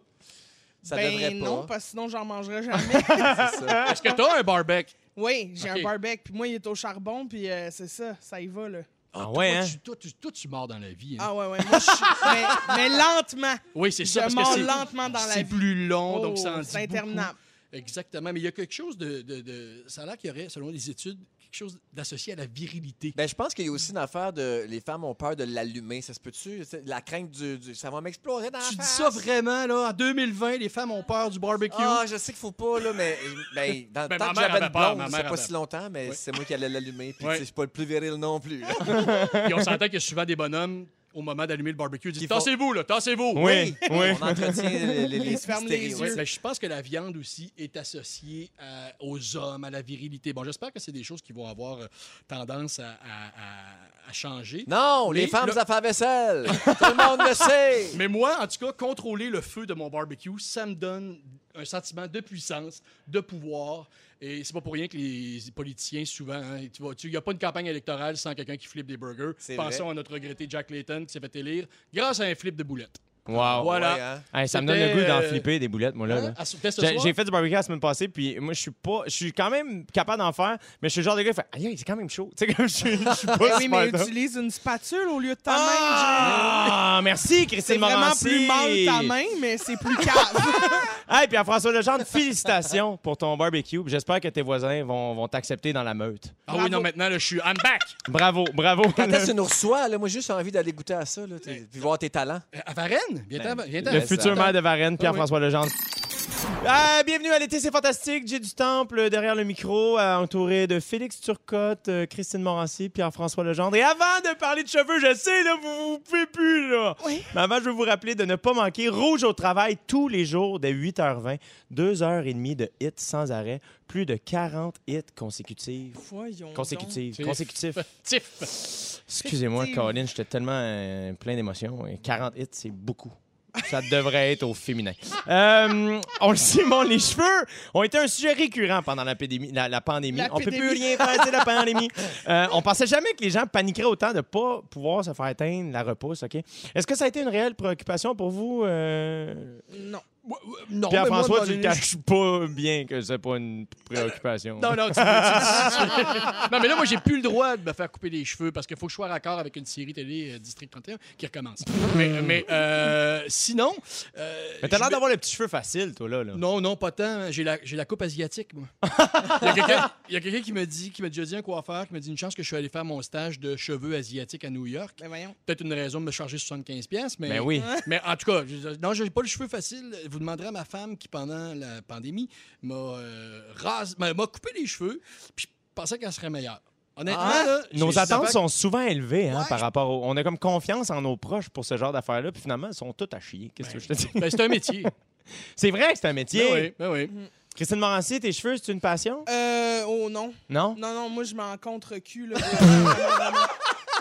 Ça ben devrait pas. non, parce que sinon, j'en mangerais jamais. C'est ça. Est-ce que t'as un barbecue? oui, j'ai Ok. un barbecue, puis moi, il est au charbon, puis euh, c'est ça, ça y va, là. Ah ouais, toi, hein? tu, toi, tu- toi, tu mords dans la vie. hein? Ah ouais, ouais, moi, je suis... mais, mais lentement. Oui, c'est ça. parce Je mords que c'est- lentement dans la C'est vie. plus long, donc Oh, ça en dit c'est beaucoup. interminable. Exactement. Mais il y a quelque chose de. de- de- ça a l'air qu'il y aurait, selon les études, quelque chose d'associé à la virilité. Ben, je pense qu'il y a aussi une affaire de. Les femmes ont peur de l'allumer. Ça se peut-tu? C'est La crainte du. du- Ça va m'exploser dans la tu dis face. ça vraiment, là? En 2020, les femmes ont peur du barbecue. Ah, je sais qu'il faut pas, là, mais ben, dans le Ben, temps ma que mère j'avais avait une peur, ma blonde, mère c'est pas avait si longtemps, mais Oui. c'est moi qui allais l'allumer. Puis, Oui. tu sais, je suis pas le plus viril non plus. Et on s'entend qu'il y a souvent des bonhommes, au moment d'allumer le barbecue, disent Qui font- Tassez-vous, là, tassez-vous. Oui, oui. On entretient les, les, les se ferment les stéréotypes. Oui, yeux. ben, je pense que la viande aussi est associée à- aux hommes, à la virilité. Bon, j'espère que c'est des choses qui vont avoir euh, tendance à, à- à- à changer. Non, les Mais femmes, le- ça fait la vaisselle. Tout le monde le sait. Mais moi, en tout cas, contrôler le feu de mon barbecue, ça me donne un sentiment de puissance, de pouvoir. Et c'est pas pour rien que les politiciens, souvent, hein, tu vois, tu- il n'y a pas une campagne électorale sans quelqu'un qui flippe des burgers. C'est Pensons à notre regretté Jack Layton qui s'est fait élire grâce à un flip de boulette. Wow. Voilà. Ouais, hein? Hey, ça me donne le goût C'était, d'en euh, flipper des boulettes, moi, là. là. Hein? À souper ce J'ai soir? j'ai fait du barbecue la semaine passée, puis moi, je suis pas. Je suis quand même capable d'en faire, mais je suis le genre de gars qui fait Aïe, aïe, c'est quand même chaud. Tu sais, comme je suis je suis pas. Ah! Ben oui, super mais dope. utilise une spatule au lieu de ta main. Jay. Ah, merci, C'est Christine vraiment Morancy. plus mal ta main, mais c'est plus cave. Hey, puis à François Legendre, félicitations pour ton barbecue. J'espère que tes voisins vont, vont t'accepter dans la meute. Ah oui, Bravo. non, maintenant, là, je suis I'm back! Bravo, bravo. Quand est-ce que tu nous reçois? Là, moi, j'ai juste envie d'aller goûter à ça, là, t'es- puis voir tes talents. Euh, À Varennes? Viens-t'en, viens-t'en. Le ça. futur maire de Varennes, Pierre-François Legendre. Ah, bienvenue à l'été, c'est fantastique. J'ai du temple derrière le micro, euh, entouré de Félix Turcotte, euh, Christine Morancy, Pierre-François Legendre. Et avant de parler de cheveux, je sais, là, vous vous pouvez plus, là. Oui. Mais avant, je veux vous rappeler de ne pas manquer Rouge au travail tous les jours dès 8h20. Deux heures et demie de hits sans arrêt. Plus de 40 hits consécutifs. Voyons. Consécutifs. C'est Consécutifs. Tif! Excusez-moi, Effective. Colin, j'étais tellement euh, plein d'émotions. Et 40 hits, c'est beaucoup. Ça devrait être au féminin. Euh, on le sait, mon, les cheveux ont été un sujet récurrent pendant la, pédémie- la- la pandémie. La on ne peut plus pédémie. rien faire, c'est la pandémie. Euh, on pensait jamais que les gens paniqueraient autant de ne pas pouvoir se faire atteindre la repousse. ok? Est-ce que ça a été une réelle préoccupation pour vous? euh, donc. Non. Ouais, ouais, Non, Oh, mais moi, Pierre-François, dans tu les- le caches pas bien que c'est pas une préoccupation. Non, non, tu- tu- tu- tu- non, mais là, moi, j'ai plus le droit de me faire couper les cheveux parce qu'il faut que je sois raccord avec une série télé euh, District 31 qui recommence. mais mais, euh, sinon. euh, Hmm. Mais t'as je l'air vais- d'avoir le petit cheveu facile, toi, là. là. Non, non, pas tant. J'ai la, j'ai la coupe asiatique, moi. Il y a quelqu'un il y a quelqu'un qui me dit, qui m'a déjà dit un coiffeur, qui m'a dit une chance que je suis allé faire mon stage de cheveux asiatiques à New York. Ben voyons. Peut-être une raison de me charger 75$, piastres, mais. Ben oui. Mais en tout cas, je- non, j'ai pas le cheveu facile. Vous demanderez à ma femme qui, pendant la pandémie, m'a euh, rase- m'a m'a coupé les cheveux, puis je pensais qu'elle serait meilleure. Honnêtement, Ah! là, Nos j'ai- attentes ça sont souvent élevées hein, Ouais, par je- rapport au. On a comme confiance en nos proches pour ce genre d'affaires-là, puis finalement, elles sont toutes à chier. Qu'est-ce que je te dis? fait- Ben, c'est un métier. C'est vrai que c'est un métier. Ben oui, ben oui. Christine Morancy, tes cheveux, c'est une passion? Euh, oh non. Non? Non, non, moi, je m'en contre-cul, là. Vraiment, vraiment.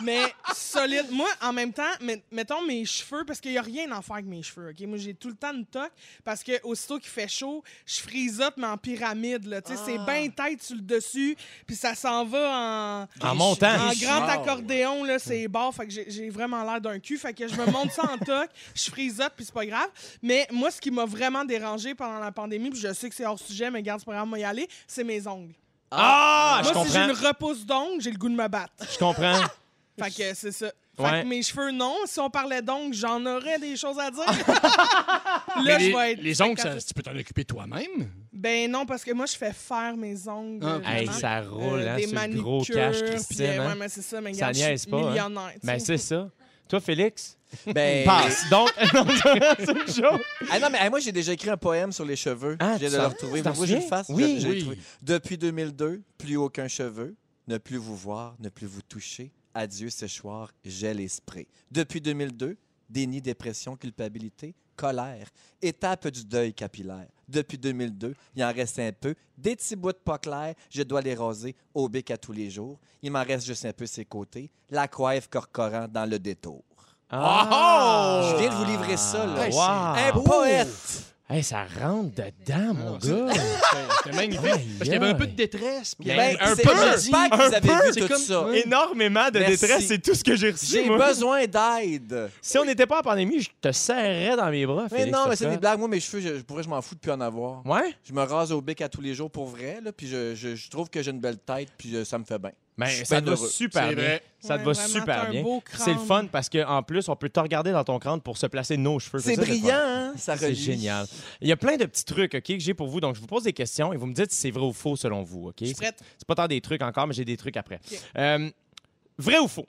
Mais solide. Moi, en même temps, met- mettons mes cheveux, parce qu'il n'y a rien à faire avec mes cheveux, OK? Moi, j'ai tout le temps une toque, parce que aussitôt qu'il fait chaud, je freeze up, mais en pyramide, là. Tu sais, c'est bien tête sur le dessus, puis ça s'en va en... En montant. En Des grand cheveux. accordéon, là, c'est barre, fait que j'ai- j'ai vraiment l'air d'un cul, fait que je me monte ça en toque, je frisote, puis c'est pas grave. Mais moi, ce qui m'a vraiment dérangé pendant la pandémie, puis je sais que c'est hors sujet, mais garde, c'est pas grave, on va y aller, c'est mes ongles. Ah! je Moi, si j'ai comprends. une repousse d'ongles, j'ai le goût de me battre. Je comprends. Fait que c'est ça. Fait Ouais. que mes cheveux, non. Si on parlait d'ongles, j'en aurais des choses à dire. Mais Là, je vais les, être. les ongles, ça- tu peux t'en occuper toi-même. Ben non, parce que moi, je fais faire mes ongles. Ah, euh, Hey, vraiment. ça roule, Euh, hein, des sur le gros manicures, cash, puis, Christine, euh, hein. ouais, mais c'est ça, mais Ça regarde, je niaise suis pas, hein. millionnaire. tu Ben, sais. c'est ça. Toi, Félix, Ben, passe. Donc, non, c'est une chose. Ah non, mais ah, moi, j'ai déjà écrit un poème sur les cheveux. Ah, je viens tu de le t'en- retrouver. tu Moi, t'en je le souviens? fasse. Je- Oui. je l'ai Oui. trouvé. Depuis 2002, plus aucun cheveu, ne plus vous voir, ne plus vous toucher. Adieu, séchoir, gel et spray. Depuis 2002, déni, dépression, culpabilité, colère. Étape du deuil capillaire. Depuis 2002, il en reste un peu. Des petits bouts de pas clairs, je dois les raser au bec à tous les jours. Il m'en reste juste un peu ses côtés. La coiffe corcorant dans le détour. Ah! Je viens de vous livrer ça, là. Hey, Un wow. poète! Hey, ça rentre dedans, mon Ah, c'est- gars. C'était- C'était magnifique. Aïe, Parce qu'il y avait un peu de aïe. détresse. puis Ben, un c'est- peu de J'espère que Un vous avez peu, vu c'est tout comme- ça. Ouais. Énormément de Merci. détresse, c'est tout ce que j'ai reçu. J'ai moi. besoin d'aide. Si on n'était pas en pandémie, je te serrais dans mes bras, Mais Félix non, mais c'est des Turcotte. blagues. Moi, mes cheveux, je, je pourrais, je m'en fous de plus en avoir. Ouais? Je me rase au bec à tous les jours pour vrai, là, puis je, je- je trouve que j'ai une belle tête, puis euh, ça me fait bien. Je Mais suis Ben, ça bien te va heureux. super C'est bien. vrai. Ça te Ouais, va vraiment, t'as super un bien. beau Puis C'est le crâne. fun parce qu'en plus, on peut te regarder dans ton crâne pour se placer nos cheveux. C'est ça, le fun. brillant, hein? Ça C'est relie. génial. Il y a plein de petits trucs ok, que j'ai pour vous. Donc, je vous pose des questions et vous me dites si c'est vrai ou faux selon vous. ok Je suis C'est prête. c'est pas tant des trucs encore, mais j'ai des trucs après. Ok. Euh, vrai ou faux?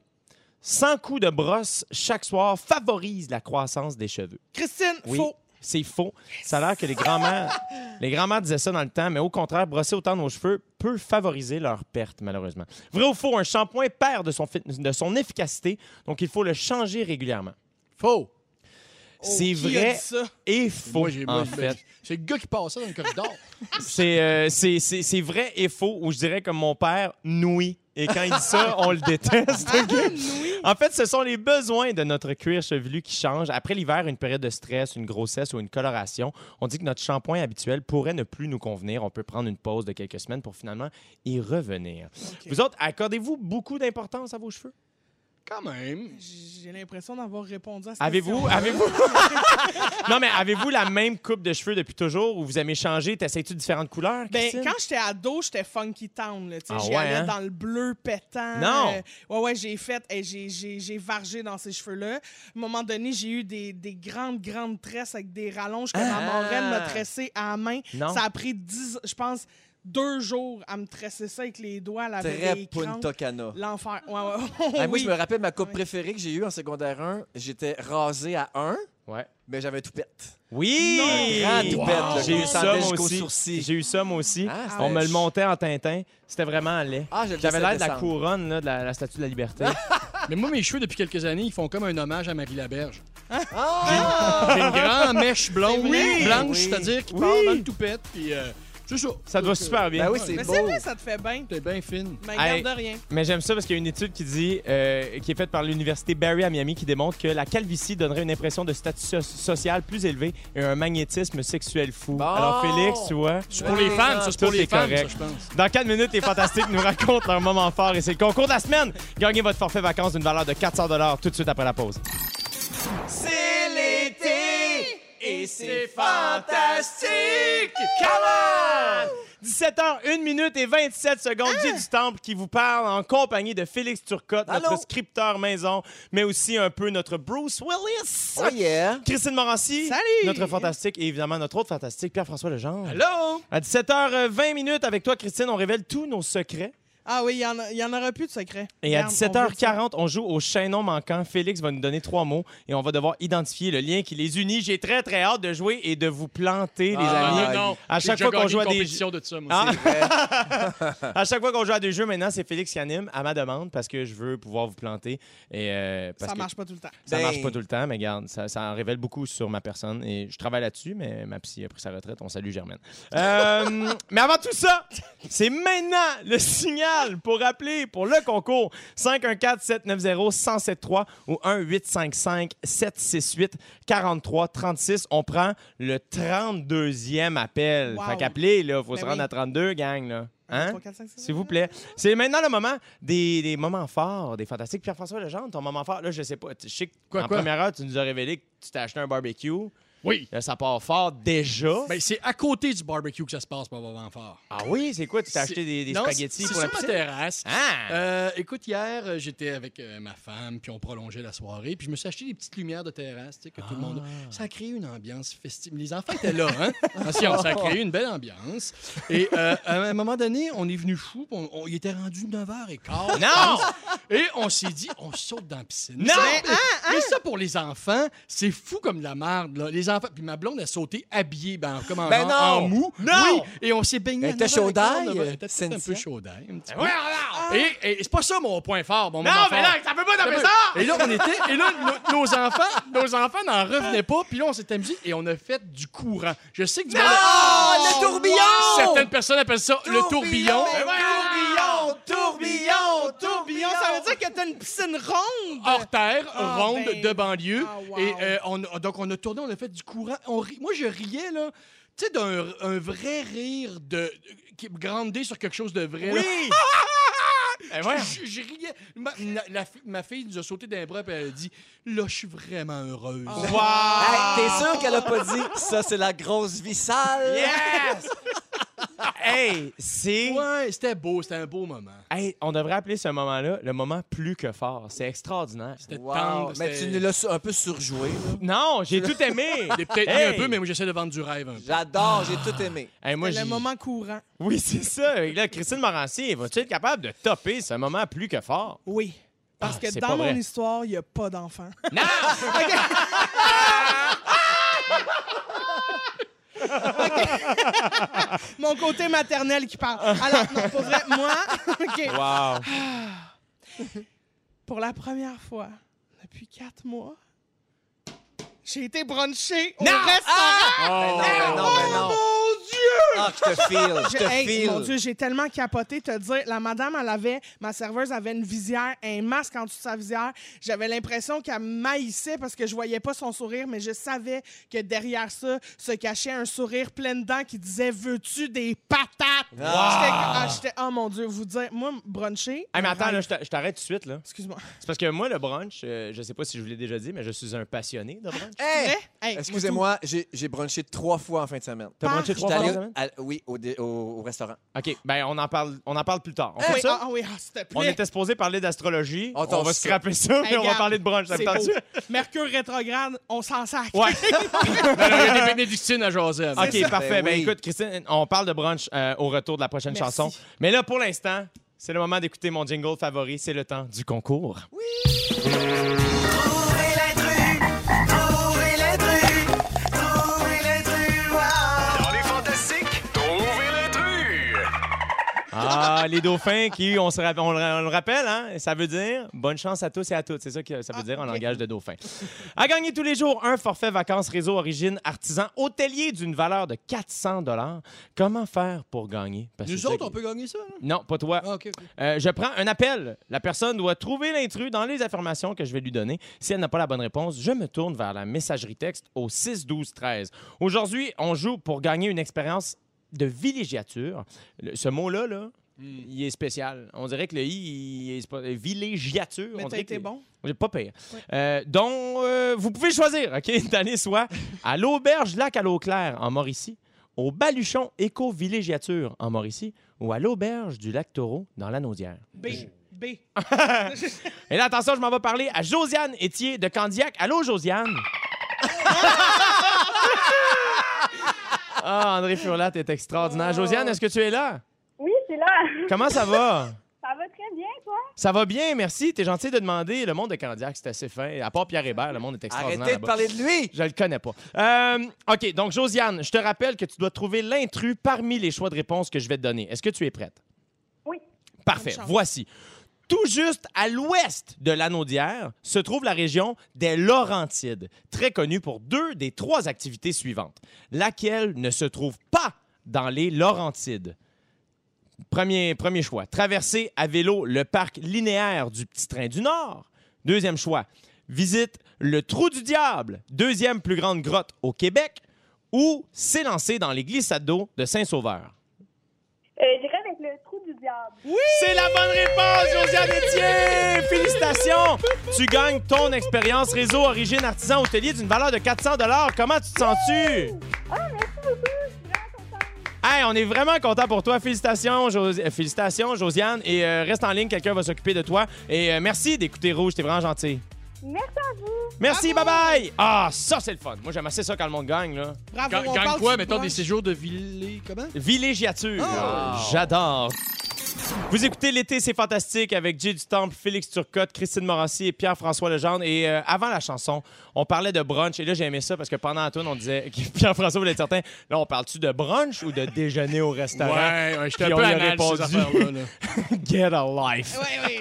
100 coups de brosse chaque soir favorise la croissance des cheveux. Christine, Oui. faux. C'est faux. Ça a l'air que les grands-mères les grands-mères disaient ça dans le temps, mais au contraire, brosser autant nos cheveux peut favoriser leur perte, malheureusement. Vrai ou faux, un shampoing perd de son, fit- de son efficacité, donc il faut le changer régulièrement. Faux. c'est qui a vrai dit ça? et faux, Moi, j'ai- moi, en j'ai- fait. C'est le gars qui passait dans le corridor. C'est euh, c'est- c'est- c'est vrai et faux, ou je dirais comme mon père, nouille. Et quand il dit ça, on le déteste. Ah, ok? En fait, ce sont les besoins de notre cuir chevelu qui changent. Après l'hiver, une période de stress, une grossesse ou une coloration, on dit que notre shampoing habituel pourrait ne plus nous convenir. On peut prendre une pause de quelques semaines pour finalement y revenir. Vous autres, accordez-vous beaucoup d'importance à vos cheveux? Quand même. J'ai l'impression d'avoir répondu à cette Avez-vous, question. avez-vous, non mais avez-vous la même coupe de cheveux depuis toujours ou vous aimez changer? T'essayes-tu différentes couleurs? Ben, Christine? quand j'étais ado, j'étais funky town. Là, tu sais, Ah j'y ouais, allais hein? dans le bleu pétant. Non. Euh, ouais, ouais, j'ai fait. et j'ai, j'ai, j'ai vargé dans ces cheveux-là. À un moment donné, j'ai eu des, des grandes, grandes tresses avec des rallonges que ma Ah! marraine m'a tressé à la main. Non. Ça a pris 10, je pense, deux jours à me tresser ça avec les doigts. Elle avait Très des crampes. Punta Cana. L'enfer. Ouais, ouais. Ah, moi, oui. je me rappelle ma coupe Ouais. préférée que j'ai eue en secondaire 1. J'étais rasé à 1, Ouais. mais j'avais tout pète. Oui! Grand tout pète. là, J'ai qui eu ça descendait moi jusqu'aux aussi. sourcils. J'ai eu ça moi aussi. Ah, c'était- On me le montait en Tintin. C'était vraiment laid. Ah, je le Ah, laissais J'avais l'air de la descendre. couronne là, de la, la statue de la liberté. Mais moi, mes cheveux, depuis quelques années, ils font comme un hommage à Marie Laberge. Ah! J'ai une grande mèche blonde, vrai? blanche, Oui. c'est-à-dire qui Oui. part dans le toupette, puis euh, c'est ça. Ça te va Donc, euh, super bien. Ben oui, Ouais. c'est Mais beau. c'est vrai, ça te fait bien. T'es bien fine. Mais Hey. garde de rien. Mais j'aime ça parce qu'il y a une étude qui dit, euh, qui est faite par l'université Barry à Miami, qui démontre que la calvitie donnerait une impression de statut so- social plus élevé et un magnétisme sexuel fou. Bon. Alors Félix, tu vois, C'est pour les Ouais, femmes, ça, c'est pour tout les est femmes, ça, correct. je pense. dans 4 minutes, les fantastiques nous racontent leur moment fort et c'est le concours de la semaine. Gagnez votre forfait vacances d'une valeur de 400 dollars tout de suite après la pause. C'est l'été et c'est fantastique! Come on! 17h, 1 minute et 27 secondes, J'ai du Temple qui vous parle en compagnie de Félix Turcotte, Allô? notre scripteur maison, mais aussi un peu notre Bruce Willis. Oh yeah! Christine Morancy, Salut! notre fantastique et évidemment notre autre fantastique, Pierre-François Legendre. Allô? À 17h20 minutes avec toi, Christine, on révèle tous nos secrets. Ah oui, il y en a- il y en, aura plus de secret. Et à Regarde, on veut ça. 17h40, on joue au chaînon manquant. Félix va nous donner trois mots et on va devoir identifier le lien qui les unit. J'ai très, très hâte de jouer et de vous planter, les Ah, amis. non, non, à chaque fois qu'on joue à des- compétitions de ça, moi Ah. aussi. À chaque fois qu'on joue à des jeux, maintenant, c'est Félix qui anime à ma demande parce que je veux pouvoir vous planter. Et, euh, parce Ça que marche pas tout le temps. Ça Ben- marche pas tout le temps, mais regarde, ça, ça en révèle beaucoup sur ma personne. Et je travaille là-dessus, mais ma psy a pris sa retraite. On salue Germaine. Euh, mais avant tout ça, c'est maintenant le signal pour appeler pour le concours 514-790-1073 ou 1-855-768-4336. On prend le 32e appel. Wow. Fait qu'appeler, là, faut Ben se rendre oui. à 32, gang, là. Hein? 3, 4, 5, 6, S'il vous plaît. C'est maintenant le moment des, des moments forts, des fantastiques. Pierre-François Legendre, ton moment fort, là, je sais pas. tu- Je sais que Quoi, en quoi? première heure, tu nous as révélé que tu t'es acheté un barbecue. Oui. Là, ça part fort déjà. Ben, c'est à côté du barbecue que ça se passe, pas vraiment fort. ah oui, c'est quoi? Tu t'es acheté des, des Non, spaghettis c'est pour la sur ma piscine? terrasse. Ah! Euh, écoute, hier, euh, j'étais avec euh, ma femme, puis on prolongeait la soirée, puis je me suis acheté des petites lumières de terrasse, tu sais, que tout le monde... a. Ça a créé une ambiance festive. Les enfants étaient là, hein? Attention, ça a créé une belle ambiance. Et euh, à un moment donné, on est venu fou, puis on, on- il était rendu 9h15. non! Et on s'est dit, on saute dans la piscine. Non! Mais, mais ça, pour les enfants, c'est fou comme la marde, là. Les enfants... Puis ma blonde a sauté habillée, ben, comme en, Ben non! en mou. Non! Oui, et on s'est baigné Elle était chaude d'ail, Elle était peut-être un Cynthia? peu chaud d'ail, un petit Ben peu. oui, alors! Et, et c'est pas ça mon point fort, mon moment Non, mais fort. là, ça peut pas t'appeler ça! Et là, on était, et là, no- nos enfants, nos enfants n'en revenaient pas, puis là, on s'est amusés et on a fait du courant. Je sais que du monde- Ah, le tourbillon! Certaines personnes appellent ça le tourbillon. Ben voyons! tourbillon, Tourbillon, ça veut dire que t'as une piscine ronde! Hors terre, Ah, ronde ben. de banlieue. Ah, wow. Et euh, on, a- donc, on a tourné, on a fait du courant. On ri- Moi, je riais, là, tu sais, d'un un vrai rire de qui grandé sur quelque chose de vrai. là. Eh Oui! Ben voyons. ah, Je, je riais. Ma, na- la fi- ma fille nous a sauté d'un bras et elle a dit Là, je suis vraiment heureuse. Wow! Hey, T'es sûr qu'elle a pas dit ça, c'est la grosse vie sale? Yes! hey, c'est... Ouais, c'était beau, c'était un beau moment. Hey, on devrait appeler ce moment-là le moment plus que fort. C'est extraordinaire. C'était Wow. tendre. Mais tu c'était- nous l'as su- un peu surjoué. là. Non, j'ai tout aimé! J'ai peut-être mis Hey! un peu, mais moi, j'essaie de vendre du rêve un peu. J'adore, j'ai tout aimé. Hey, moi, le j'ai- moment courant. Oui, c'est ça. Et Là, Christine Morancy, va-tu être capable de topper ce moment plus que fort? Oui. Parce Ah, que c'est dans pas mon vrai. histoire, il n'y a pas d'enfant. Non! Mon côté maternel qui parle. Alors, non, pour vrai, moi, OK. Wow! Pour la première fois depuis quatre mois, j'ai été brunché au restaurant. Ah! Oh, Ben non, ben non, ben non. Mon Dieu! Ah, je te feel, je J'ai- te hey, mon feel. Dieu, j'ai tellement capoté te dire. La madame, elle avait, ma serveuse avait une visière, un masque en dessous de sa visière. J'avais l'impression qu'elle maïssait parce que je voyais pas son sourire, mais je savais que derrière ça se cachait un sourire plein de dents qui disait Veux-tu des patates J'étais- ah, J'étais, oh mon Dieu, vous dire, moi, bruncher. Hey, mais attends, là, je t'a- je t'arrête tout de suite. là. Excuse-moi. C'est parce que moi, le brunch, euh, je sais pas si je vous l'ai déjà dit, mais je suis un passionné de brunch. Hey! Hey, Excusez-moi, j'ai j'ai brunché trois fois en fin de semaine. T'as brunché J'étais trois fois allé par semaine? à- oui, au, dé- au- au restaurant. OK, ben on en parle, on en parle plus tard. On Ah fait oui, ça? ah oui, ah, s'il te On plaît. était supposé parler d'astrologie. On On, t'en va sort. scraper ça, Hey, mais on va garde, parler de brunch. Ça me C'est tente beau. Mercure rétrograde, on s'en sac. Ouais. Il y a des bénédictines à Joseph. OK, ça. parfait. Ben Ben, oui. écoute, Christine, on parle de brunch euh, au retour de la prochaine Merci. chanson. Mais là, pour l'instant, c'est le moment d'écouter mon jingle favori. C'est le temps du concours. Trouvez l'intrus, trouvez l'intrus, trouvez l'intrus, wow. Dans les fantastiques, trouvez l'intrus. Ah, les dauphins qui, on, se ra- on le- on le rappelle, hein, ça veut dire bonne chance à tous et à toutes. C'est ça que ça veut dire en langage de dauphin. À gagner tous les jours un forfait vacances réseau origine artisan hôtelier d'une valeur de 400 Comment faire pour gagner? Parce que Nous c'est ça qui- autres, on peut gagner ça. là? Non, pas toi. Ah, OK, OK. Euh, je prends un appel. La personne doit trouver l'intrus dans les affirmations que je vais lui donner. Si elle n'a pas la bonne réponse, je me tourne vers la messagerie texte au 6 12 13. Aujourd'hui, on joue pour gagner une expérience de villégiature. Le- ce mot-là, là, Hmm. il est spécial. On dirait que le i, il est spo- villégiature. Mais on t'as dirait que- été bon. j'ai pas pire. Euh, donc, euh, vous pouvez choisir, OK, d'aller soit à l'auberge Lac à l'eau claire en Mauricie, au Baluchon Éco-Villégiature en Mauricie ou à l'auberge du Lac Taureau dans la Naudière. B. B. Et là, attention, je m'en vais parler à Josiane Étier de Candiac. Allô, Josiane? Ah, André Furlat est extraordinaire. Josiane, est-ce que tu es là? Oui, c'est là. Comment ça va? Ça va très bien, toi? Ça va bien, merci. T'es gentil de demander. Le monde de Candiac, c'est assez fin. À part Pierre Hébert, le monde est extraordinaire. Arrêtez de là-bas. parler de lui! Je le connais pas. Euh, OK, donc Josiane, je te rappelle que tu dois trouver l'intrus parmi les choix de réponse que je vais te donner. Est-ce que tu es prête? Oui. Parfait. Bonne chance. Voici. Tout juste à l'ouest de l'Anaudière se trouve la région des Laurentides, très connue pour deux des trois activités suivantes, laquelle ne se trouve pas dans les Laurentides. Premier, premier choix, traverser à vélo le parc linéaire du Petit Train du Nord. Deuxième choix, visite le Trou du Diable, deuxième plus grande grotte au Québec, ou s'élancer dans les glissades d'eau de Saint-Sauveur. Euh, J'irai avec le trou du diable. C'est la bonne réponse, Josiane Etier! Félicitations! Tu gagnes ton expérience réseau Origine Artisan Hôtelier d'une valeur de 400 Comment tu te sens-tu? Ah, merci beaucoup. Je suis vraiment contente. Hey, on est vraiment content pour toi. Félicitations, Jos- euh, Félicitations Josiane. Et euh, reste en ligne, quelqu'un va s'occuper de toi. Et euh, merci d'écouter Rouge, t'es vraiment gentil. Merci à vous. Merci, bye-bye! Ah, ça, c'est le fun. Moi, j'aime assez ça quand le monde gagne, là. Bravo, Gagne on gagne parle quoi, du mettons, des brunch. séjours de ville... Comment? Villégiature. Ah. J'adore. Vous écoutez L'été, c'est fantastique avec Jay du Temple, Félix Turcotte, Christine Morassi et Pierre-François Legendre. Et euh, avant la chanson, on parlait de brunch. Et là, j'ai aimé ça parce que pendant la tune, on disait que Pierre-François voulait être certain. Là, on parle-tu de brunch ou de déjeuner au restaurant? Ouais, ouais, j'étais un Puis peu on lui a anal, ces répondu. affaires-là. là. Get a life.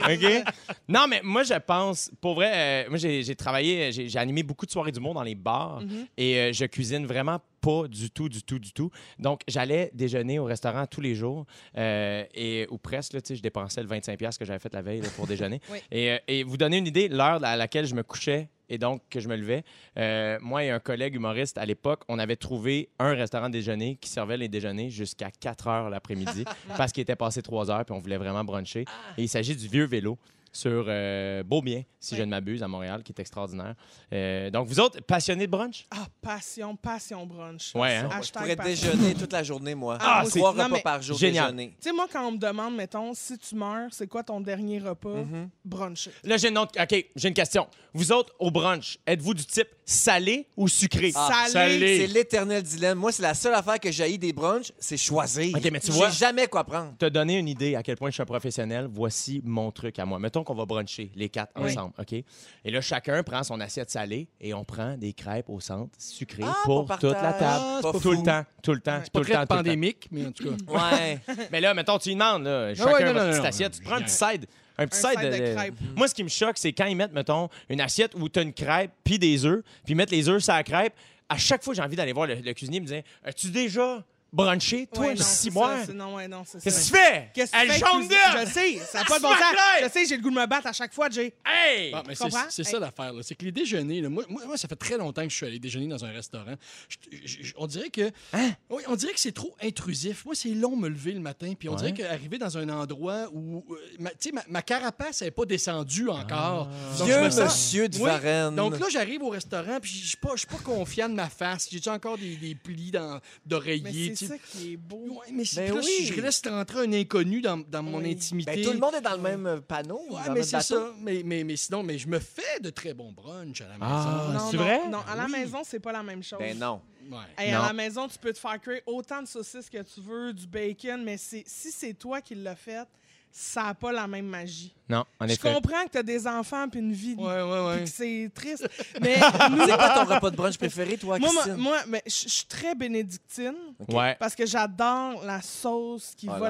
Ouais, ouais. OK? Non, mais moi, je pense, pour vrai, euh, moi, j'ai j'ai travaillé, j'ai j'ai animé beaucoup de soirées d'humour dans les bars et euh, je cuisine vraiment pas du tout, du tout, du tout. Donc, j'allais déjeuner au restaurant tous les jours euh, et, ou presque, là, tu sais, je dépensais le 25$ que j'avais fait la veille là, pour déjeuner. Oui. et, euh, et vous donner une idée, l'heure à laquelle je me couchais et donc que je me levais, euh, moi et un collègue humoriste à l'époque, on avait trouvé un restaurant de déjeuner qui servait les déjeuners jusqu'à 4 heures l'après-midi parce qu'il était passé 3 heures puis on voulait vraiment bruncher. Et il s'agit du vieux vélo sur euh, Beaubien, si Oui. je ne m'abuse, à Montréal, qui est extraordinaire. Euh, donc, vous autres, passionnés de brunch? Ah, passion, passion brunch. Ouais, hein? Moi, je Hashtag pourrais passion. déjeuner toute la journée, moi. Ah, c'est- Trois non, repas mais- par jour Génial. déjeuner. Tu sais, moi, quand on me demande, mettons, si tu meurs, c'est quoi ton dernier repas? Mm-hmm. Brunch. Là, j'ai une autre... OK, j'ai une question. Vous autres, au brunch, êtes-vous du type salé ou sucré? Ah, Salé. C'est l'éternel dilemme. Moi, c'est la seule affaire que j'haïs des brunchs, c'est choisir. Ok, mais tu vois- Je sais jamais quoi prendre. te donner une idée à quel point je suis un professionnel, voici mon truc à moi. Mettons qu'on va bruncher les quatre Oui. ensemble, OK? Et là, chacun prend son assiette salée et on prend des crêpes au centre sucrées Ah, pour pour toute la partage. table. Ah, c'est pas tout fou. le temps, tout le temps, Ouais. tout Pas le temps, très tout le temps. pandémique, mais en tout cas... Mm. Ouais. Mais là, mettons, tu y demandes, Ah là, chacun ouais, non, votre non, petite non. assiette. Tu prends un petit Génial. side. Un petit Un side, side de de- crêpes. Moi, ce qui me choque, c'est quand ils mettent, mettons, une assiette où tu as une crêpe, puis des œufs, puis ils mettent les œufs sur la crêpe. À chaque fois, j'ai envie d'aller voir le, le cuisinier et me dire As-tu déjà bruncher, toi, Ouais, le non, c'est six ça, mois. c'est- Non, ouais, non, c'est ça. Qu'est-ce que tu fais? Qu'est-ce que Elle tu fais, jongle! cuisine? Je sais, ça n'a pas de bon Smart sens. life! Je sais, j'ai le goût de me battre à chaque fois, Jay. Hey! Ah, mais Tu c'est comprends? c'est ça l'affaire. là. C'est que les déjeuners, là, moi, moi, moi, ça fait très longtemps que je suis allé déjeuner dans un restaurant. Je- je- je- on dirait que. Hein? Oui, on dirait que c'est trop intrusif. Moi, c'est long me lever le matin. Puis on dirait qu'arriver dans un endroit où. euh, ma, tu sais, ma, ma carapace n'est pas descendue encore. Ah. Donc, je Vieux me sens- monsieur de Oui. Varennes. Donc là, j'arrive au restaurant, puis je suis pas, je suis pas confiant de ma face. J'ai encore des, des plis dans- Mais d'oreiller. c'est tu sais. ça qui est beau. Ouais, mais c'est- Ben puis là, oui. je, je laisse rentrer un inconnu dans, dans mon Oui. intimité. Ben, tout le monde est dans le même euh, panneau. Ouais, dans le mais même c'est bateau. ça. Mais, mais, mais sinon, mais je me fais de très bons brunchs à la Ah, maison. c'est non, vrai? Non, à la Oui. maison, c'est pas la même chose. Ben non. Ouais. Hey, à Non. la maison, tu peux te faire cuire autant de saucisses que tu veux, du bacon, mais c'est- si c'est toi qui l'as fait, ça n'a pas la même magie. Non, en Je comprends que tu as des enfants puis une vie, Ouais, ouais, puis ouais. que c'est triste, mais nous, C'est quoi ton repas de brunch préféré, toi, moi, moi, Christine? moi, mais je je suis très bénédictine Ouais. parce que j'adore la sauce qui va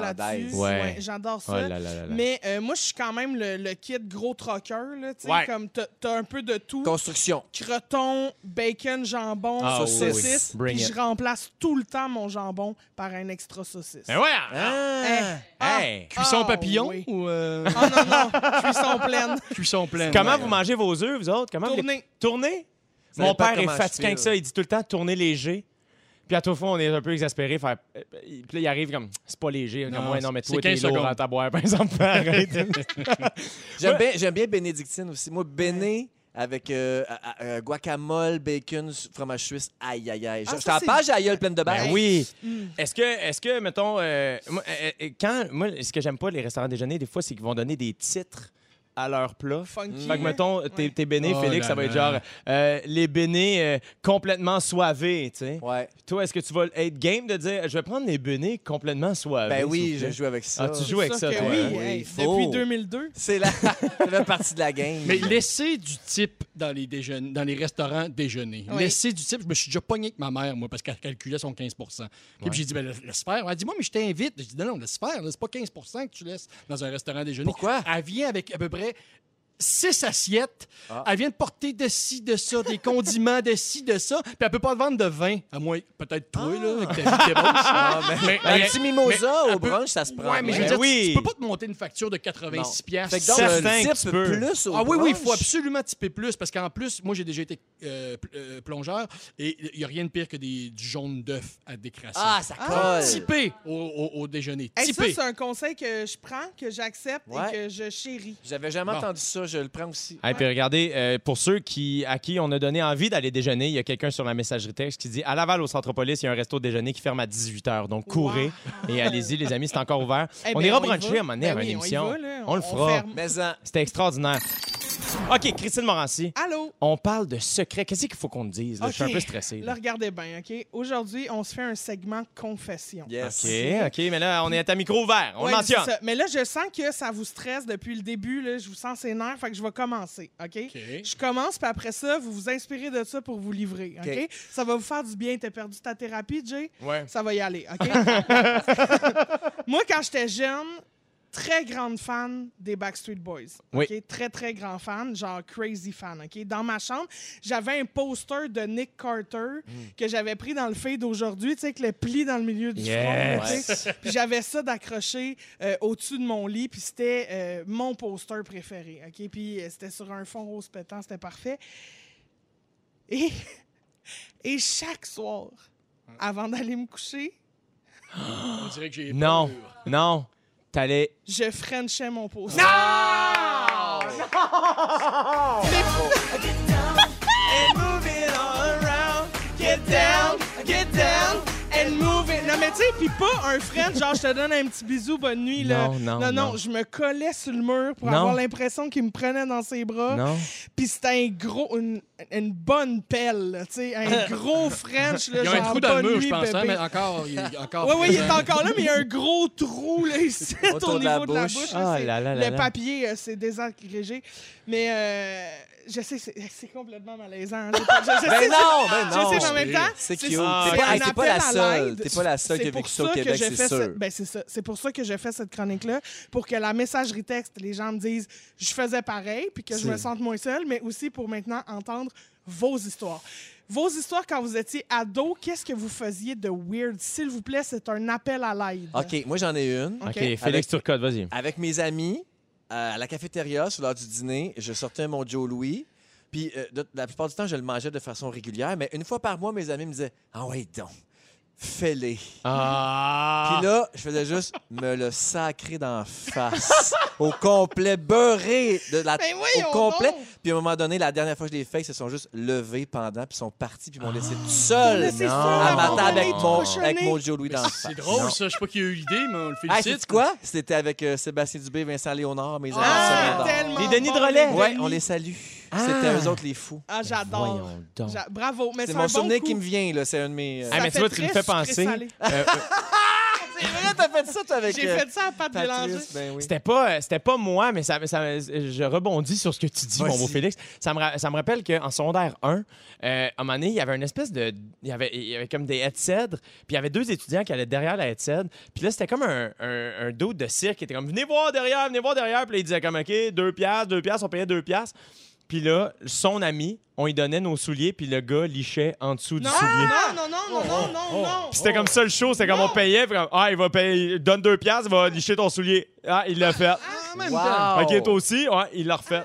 Hollandaise. là-dessus. Ouais. j'adore Oh ça. là là là là. Mais euh, moi, je suis quand même le, le kid gros troqueur. Là, tu sais, Ouais. Comme t'as t'as un peu de tout. Construction. Croton, bacon, jambon, Ah oui, saucisse. oui. Bring Puis it. je remplace tout le temps mon jambon par un extra saucisse. Ben ouais! Ah. Ah. Hey! Cuisson Ah, papillon oui. ou euh, Oh non, non, cuisson pleine. cuisson plein? Comment ouais. vous mangez vos œufs, vous autres? Comment vous les- Tourner. Tourner? Ça Mon dépend père est comment je fatigué fais, avec ça. là. Il dit tout le temps tourner léger. Puis à tout fois, on est un peu exaspéré. Faire... euh, Puis là, il arrive comme c'est pas léger. Comme, Non, ouais, non, mais toi, c'est t'es 15 lourd secondes. à ta boire, par exemple. Arrête. J'aime bien, j'aime bien bénédictine aussi. Moi, béné avec euh, à- à- euh, guacamole, bacon, fromage suisse. Aïe, aïe, aïe. Ah, Je ça, t'en c'est- page à gueule pleine de Ben beurre. oui. Est-ce que, est-ce que, mettons, euh, moi, euh, euh, quand, moi, ce que j'aime pas les restaurants déjeuner, des fois, c'est qu'ils vont donner des titres à leur plat. Funky. Fait que, mettons, t'es, Ouais. t'es béné, Oh Félix, là ça va être là. genre euh, les bénés euh, complètement soivés, tu sais. Ouais. Toi, est-ce que tu vas être game de dire je vais prendre les bénés complètement soivés? Ben Ah, s'il oui, vous je plaît? joue avec ça. Ah, tu C'est joues avec sûr ça, que toi, oui, hein? hey, Il faut. depuis 2002. C'est la... ça fait partie de la game. Mais laisser du type dans les, déjeun- dans les restaurants déjeuner. Oui. Laisser du type, je me suis déjà pogné avec ma mère, moi, parce qu'elle calculait son 15 Puis j'ai dit, ben, laisse- laisse faire. Elle dit, moi, mais je t'invite. J'ai dit, non, non, laisse faire. là. C'est pas 15 que tu laisses dans un restaurant déjeuner. Pourquoi? Elle vient avec à peu près six assiettes. Ah. Elle vient de porter de ci, de ça, des condiments, de ci, de ça. Puis elle peut pas te vendre de vin, à moins, peut-être toi, là, avec ta vie de débauche. Ah, ben, Mais- un mais- petit mimosa mais- au brunch, ça se prend. Ouais, mais je veux Ben dire, tu- oui. tu peux pas te monter une facture de Non. 86 Fait piastres. que donc, Certain le que tu type peux. plus au Ah oui, oui, il faut brunch. absolument typer plus parce qu'en plus, moi j'ai déjà été euh, pl- euh, plongeur et il n'y a rien de pire que des, du jaune d'œuf à décrasser. Ah, ça Ah, colle. Typer au, au- au déjeuner. Hey, ça, Typer. c'est un conseil que je prends, que j'accepte Ouais. et que je chéris. J'avais jamais Bon. entendu ça, je le prends aussi. Hey, puis regardez, euh, pour ceux qui, à qui on a donné envie d'aller déjeuner, il y a quelqu'un sur la messagerie texte qui dit à Laval, au Centropolis, il y a un resto déjeuner qui ferme à 18h. Donc, courez et allez-y, les amis, c'est encore ouvert. Eh on ben, ira y bruncher va. à un moment donné à Ben oui, une on y émission. va, là. On le fera. ferme. Mais en- C'était extraordinaire. OK, Christine Morancy, Allô? on parle de secret. Qu'est-ce qu'il faut qu'on te dise? là? Je suis OK. un peu stressé. Là, là. regardez bien, OK? Aujourd'hui, on se fait un segment confession. Yes. OK, OK, mais là, on est à ta micro ouvert. On Ouais, le mentionne. c'est ça. Mais là, je sens que ça vous stresse depuis le début. Là. Je vous sens ses nerfs, fait que je vais commencer, OK? Je commence, puis après ça, vous vous inspirez de ça pour vous livrer, OK? OK. Ça va vous faire du bien. T'as perdu ta thérapie, Jay? Ouais. Ça va y aller, OK? Moi, quand j'étais jeune, très grande fan des Backstreet Boys. Oui. OK? Très, très grand fan, genre crazy fan, OK? Dans ma chambre, j'avais un poster de Nick Carter Hmm. que j'avais pris dans le feed d'aujourd'hui, tu sais, avec le pli dans le milieu du front, là, tu sais. Yes. Puis j'avais ça d'accroché euh, au-dessus de mon lit, puis c'était euh, mon poster préféré. OK? Puis euh, c'était sur un fond rose pétant, c'était parfait. Et, et chaque soir, Hmm. avant d'aller me coucher, On dirait que j'ai. Non, peur. non. T'allais. je frenchais mon poster. and move it. Non, mais tu sais, puis pas un French, genre je te donne un petit bisou, bonne nuit. Là. Non, non, non, non. je me collais sur le mur pour Non. avoir l'impression qu'il me prenait dans ses bras. Non. Puis c'était un gros, une, une bonne pelle, là, tu sais, un gros French. Il Là, y a genre, un trou dans le bonne mur, nuit, je pense, hein, bébé. mais encore. Il est encore Oui, oui, il est présent. encore là, mais il y a un gros trou là, ici, au Autour niveau de la bouche. là, Ah c'est- là là là le là. papier, euh, c'est désagrégé. Mais euh, Je sais, c'est c'est complètement malaisant. Je, je- je sais, Ben non, ben je non. sais, mais en même temps, C'est c'est- cute. Ah, T'es c'est pas, un hey, t'es pas appel la à seule. l'aide. T'es pas la seule qui a C'est vécu pour ça au ça que Québec, je c'est fais sûr. ce- ben, c'est ça. C'est pour ça que je fais cette chronique-là, pour que la messagerie texte, les gens me disent je faisais pareil, puis que je me C'est- sente moins seule, mais aussi pour maintenant entendre vos histoires. Vos histoires quand vous étiez ado, qu'est-ce que vous faisiez de weird? S'il vous plaît, c'est un appel à l'aide. OK, moi, j'en ai une. OK, OK. Félix Avec- Turcotte, vas-y. Avec mes amis, euh, à la cafétéria, sur l'heure du dîner, je sortais mon Joe Louis. Puis euh, de- la plupart du temps, je le mangeais de façon régulière. Mais une fois par mois, mes amis me disaient Ah ouais, donc, fais-les. Ah! Puis là, je faisais juste me le sacrer d'en face. au complet, beurré de la Mais au voyons complet. donc! Puis à un moment donné, la dernière fois que je l'ai fait, ils se sont juste levés pendant, puis ils sont partis, puis ils m'ont laissé tout seul laissé seul, à ma table abandonné, avec tout mon, cochonné. avec mon Joe Louis dans Mais le C'est face. drôle, Non. ça. Je sais pas qui a eu l'idée, mais on le Ah, félicite. c'est quoi? C'était avec euh, Sébastien Dubé, Vincent Léonard, mes amis Ah, secondaires. tellement Les Denis bon, de relais. les Ouais, Denis. on les salue. Ah. C'était eux autres les fous. Ah, j'adore. Voyons donc. J'a- Bravo. Mais C'est c'est mon un bon souvenir coup. qui me vient, là. C'est un de mes. euh, Ah, Ça mais tu fait vois, tu me très fais sucré penser. salé. Euh, C'est vrai, Ah, t'as fait ça, toi, avec. J'ai euh, fait ça à Pat Bélanger. Patrice, ben oui. C'était pas, euh, c'était pas moi, mais ça, ça- je rebondis sur ce que tu dis, mon Vas-y. beau Félix. Ça me, ra- ça me rappelle qu'en secondaire 1, euh, à un moment donné, il y avait une espèce de. Il y avait, il y avait comme des haies de cèdre, puis il y avait deux étudiants qui allaient derrière la haie de cèdre. Puis là, c'était comme un, un, un dude de cirque qui était comme Venez voir derrière, venez voir derrière. Puis là, il disait comme OK, deux piastres, deux piastres, on payait deux piastres. Puis là, son ami, on lui donnait nos souliers, puis le gars lichait en dessous du Non, soulier. non, non, non, non, non, non. Puis c'était comme ça le show, c'était comme on payait, puis comme, ah, il va payer, donne deux piastres, il va licher ton soulier. Ah, il l'a fait. En même temps. Oh. Wow. Ok, toi aussi, ouais, il l'a refait.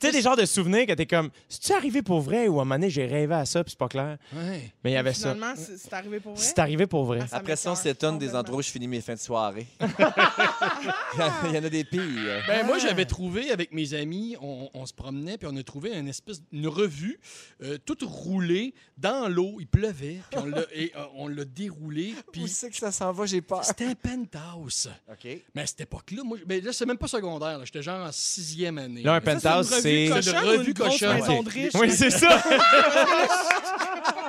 Tu sais, des genres de souvenirs que t'es comme, c'est-tu arrivé pour vrai ou à un moment donné, j'ai rêvé à ça, puis c'est pas clair. Ouais. Mais il y avait ça. Finalement, Ah, c'est c'est arrivé pour vrai. C'est arrivé pour vrai. ça Après ça, on m'écoeure s'étonne des complètement. endroits où je finis mes fins de soirée. Il y en a des pires. Ben, Ah. Moi, j'avais trouvé avec mes amis, on, on se promenait, puis on a trouvé une espèce une revue euh, toute roulée dans l'eau. Il pleuvait, puis on l'a- et euh, on l'a déroulée, Où puis c'est que ça s'en va? J'ai peur. c'était un penthouse. OK. Mais à cette époque-là, moi, je- mais là, c'est même pas secondaire. là. J'étais genre en sixième année. Là, un Ça, penthouse, c'est c'est. une C'est revue une revue cochonne ou une grosse cochonne. maison de Ouais. riche. Oui, c'est ça.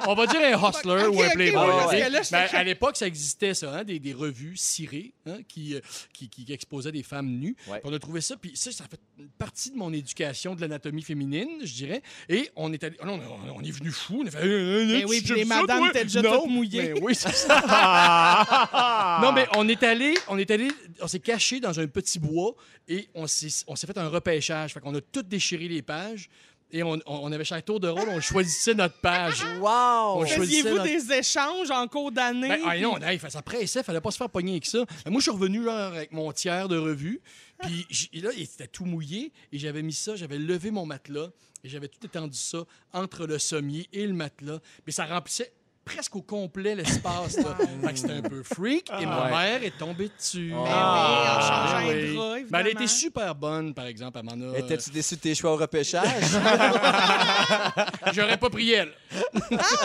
On va dire un hustler Ok, ou un ok, playboy. ouais, ok? parce que là, je Ben, sais à l'époque, ça existait, ça, hein, des, des revues cirées hein, qui, euh, qui, qui- qui exposaient des femmes nues. Ouais. Puis On a trouvé ça, puis ça, ça fait une partie de mon éducation de l'anatomie féminine, je dirais. Et on est allé, oh non, on, on est venu fou, on a fait. Euh, euh, Ben tu oui, puis filmes les ça, madames toi? étaient déjà Non, toutes mouillées. mais oui, c'est ça. Non, mais on est allé, on est allé, on s'est caché dans un petit bois et on s'est on s'est fait un repêchage. Fait qu'on a tout déchiré les pages et on, on- on avait chaque tour de rôle, on choisissait notre page. Wow! On choisit- choisissais Faisiez-vous notre- des échanges en cours d'année? Ben, ah non, hey, fa- ça pressait, fallait pas se faire pogner avec ça. Ben, moi, je suis revenu genre, avec mon tiers de revue, puis j- et là, il était tout mouillé, et j'avais mis ça, j'avais levé mon matelas, et j'avais tout étendu ça entre le sommier et le matelas, mais ça remplissait presque au complet l'espace. là. fait que c'était un peu freak, et ma Ouais. mère est tombée dessus. Ben Ah, oui, en changeant Ben les oui. draps, Ben, elle évidemment. était super bonne, par exemple, à m'en a... euh, Étais-tu déçu de tes choix au repêchage? J'aurais pas prié elle.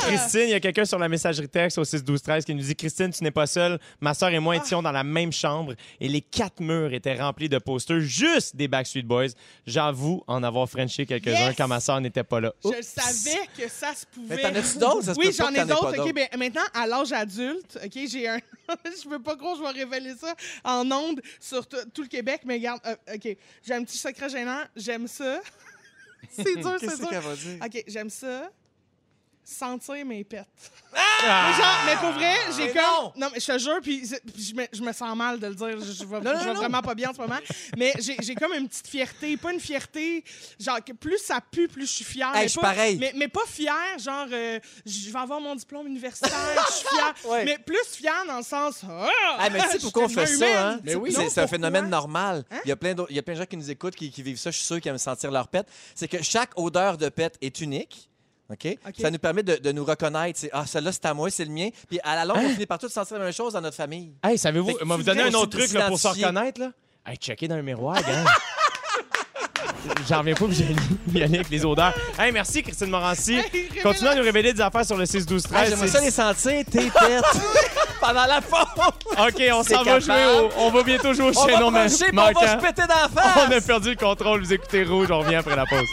Christine, il y a quelqu'un sur la messagerie texte au 6 12 13 qui nous dit Christine, tu n'es pas seule. Ma sœur Ah. et moi étions dans la même chambre et les quatre murs étaient remplis de posters juste des Backstreet Boys. J'avoue en avoir frenché quelques-uns Yes! quand ma sœur n'était pas là. Oh, Je le Oups. savais que ça se pouvait. Mais t'en as-tu d'autres? Ça se oui, peut pas j'en que ai t'en aies pas d'autres. OK, ben, maintenant, à l'âge adulte, OK, j'ai un... je veux pas gros, je vais révéler ça en ondes sur t- tout le Québec, mais regarde, euh, OK, j'ai un petit secret gênant. J'aime ça. c'est dur, c'est Qu'est-ce dur. qu'elle va dire? OK, j'aime ça. Sentir mes pets. Ah! Mais, genre, mais pour vrai, j'ai comme. Non! mais je te jure, puis c'est- puis je me, je me sens mal de le dire. Je, je vais, je vais vraiment pas bien en ce moment. Mais j'ai j'ai comme une petite fierté. Pas une fierté. Genre, que plus ça pue, plus je suis fière. Hey, mais je suis pas- pareil. Mais, mais pas fière, genre, euh, je vais avoir mon diplôme universitaire, je suis fière. Ouais. Mais plus fière dans le sens. Ah, Ah, mais tu je sais suis pourquoi on fait tellement ça, hein? humaine. C'est- oui. c'est- Non, C'est un pourquoi? phénomène normal. Il, y a plein d'autres- il y a plein de gens qui nous écoutent, qui, qui vivent ça, je suis sûr, qui aiment sentir leur pète. C'est que chaque odeur de pète est unique. OK? OK. Ça nous permet de, de nous reconnaître. C'est, ah, celle-là, c'est à moi, c'est le mien. Puis à la longue, on finit par tous sentir la même chose dans notre famille. Hey, savez-vous, Fait que moi, tu vous donner devrais un autre aussi truc là, pour se t'identifier. reconnaître. Là. Hey, checker dans le miroir, gars. J'en reviens pas, que j'ai mis avec les odeurs. Hey, merci, Christine Morancy. Hey, Continuez à nous révéler des affaires sur le 6 12 Ah, 13 j'aimerais ça les sentir, tes pètes, pendant la pause. OK, on s'en C'est va capable. jouer au... On va bientôt jouer au On va chaînon ma- marcher, puis on va se manquant. péter d'en face. On a perdu le contrôle. Vous écoutez Rouge, on revient après la pause.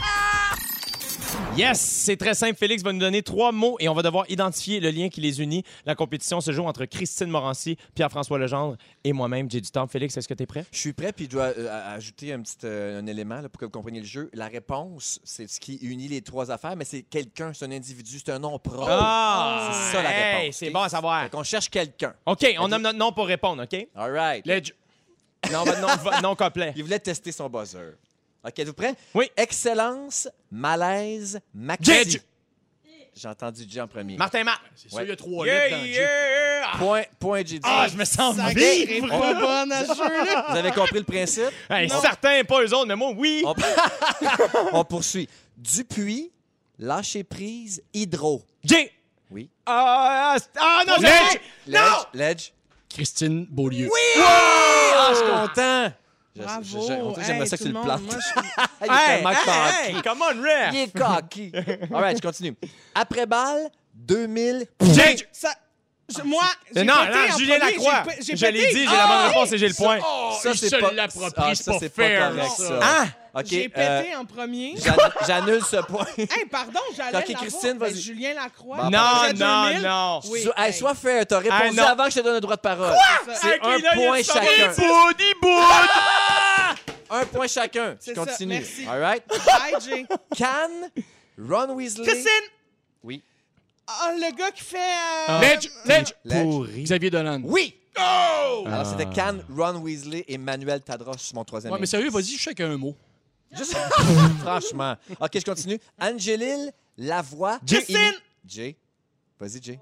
Yes, c'est très simple. Félix va nous donner trois mots et on va devoir identifier le lien qui les unit. La compétition se joue entre Christine Morancy, Pierre-François Legendre et moi-même, J'ai du temps. Félix, est-ce que tu es prêt? Je suis prêt, puis je dois euh, a- ajouter un petit euh, un élément là, pour que vous compreniez le jeu. La réponse, c'est ce qui unit les trois affaires, mais c'est quelqu'un, c'est un individu, c'est un nom propre. Ah! Oh! C'est ça la Hey, réponse. c'est bon à savoir. Fait qu'on cherche quelqu'un. OK, on nomme notre nom pour répondre, OK? All right. Ledge. Non, votre nom, votre nom complet. Il voulait tester son buzzer. OK, êtes-vous prêts? Oui. Excellence, malaise, Jedge. maxi. J'ai entendu J en premier. Martin Matt. C'est Ouais. ça, il y a trois Yeah, lettres Oh, dans le jeu. yeah! Point, point J. Ah, je me sens Ça vivre! est pas bonne à ce jeu-là. Vous avez compris le principe? Hey, certains, pas eux autres, mais moi, oui! On, on poursuit. Dupuis, lâcher prise, hydro. Jay! Oui. Ah, ah, non, j'ai- Ledge. Ledge, Non! ledge. Christine Beaulieu. Ah, je suis content. Je- Bravo. je- je- on dirait que J'aimerais Hey, ça que tout tu le le monde, plantes. moi, Il est Hey, tellement hey, cocky. hey, come on, ref! Il est cocky. All right, je continue. Après balle, 2000. Jay! Ça, je- moi, j'ai Ah, Non, pété non, en Julien premier, Lacroix! j'ai pe- J'ai Je l'ai pété. dit, j'ai la Ah! bonne réponse et j'ai le point. Oh, Ça, il c'est se pas- l'approprie, Ah, c'est ça, pas c'est pas fair. correct, ça. ça. Ah! OK. J'ai euh, pété en premier. j'ann- J'annule ce point. Hey, pardon, j'allais Ok, l'avoir. Christine, Ben, vas-y. Bah, Julien Lacroix. Bon, Non, Projet non, 2000. non! Oui, So- hey, hey. sois fair, t'as répondu non. avant que je te donne le droit de parole. C'est Hey, un là, il point est sorti. chacun. Ah! Bout, il bout. Un point chacun. Je C'est ça, continue. merci. All right. Bye, Jay. Can, Ron Weasley. Christine! Oui. Ah, le gars qui fait. euh, Ledge, Ledge. Ledge. Pourri. Xavier Dolan. Oui. Oh! Alors, c'était Can, Ron Weasley et Manuel Tadros, mon troisième. Ouais, mais sérieux, vas-y, chacun un mot. Juste- Franchement. OK, je continue. Angélil, Lavoie. Christine! Imi- Jay. Vas-y, Jay.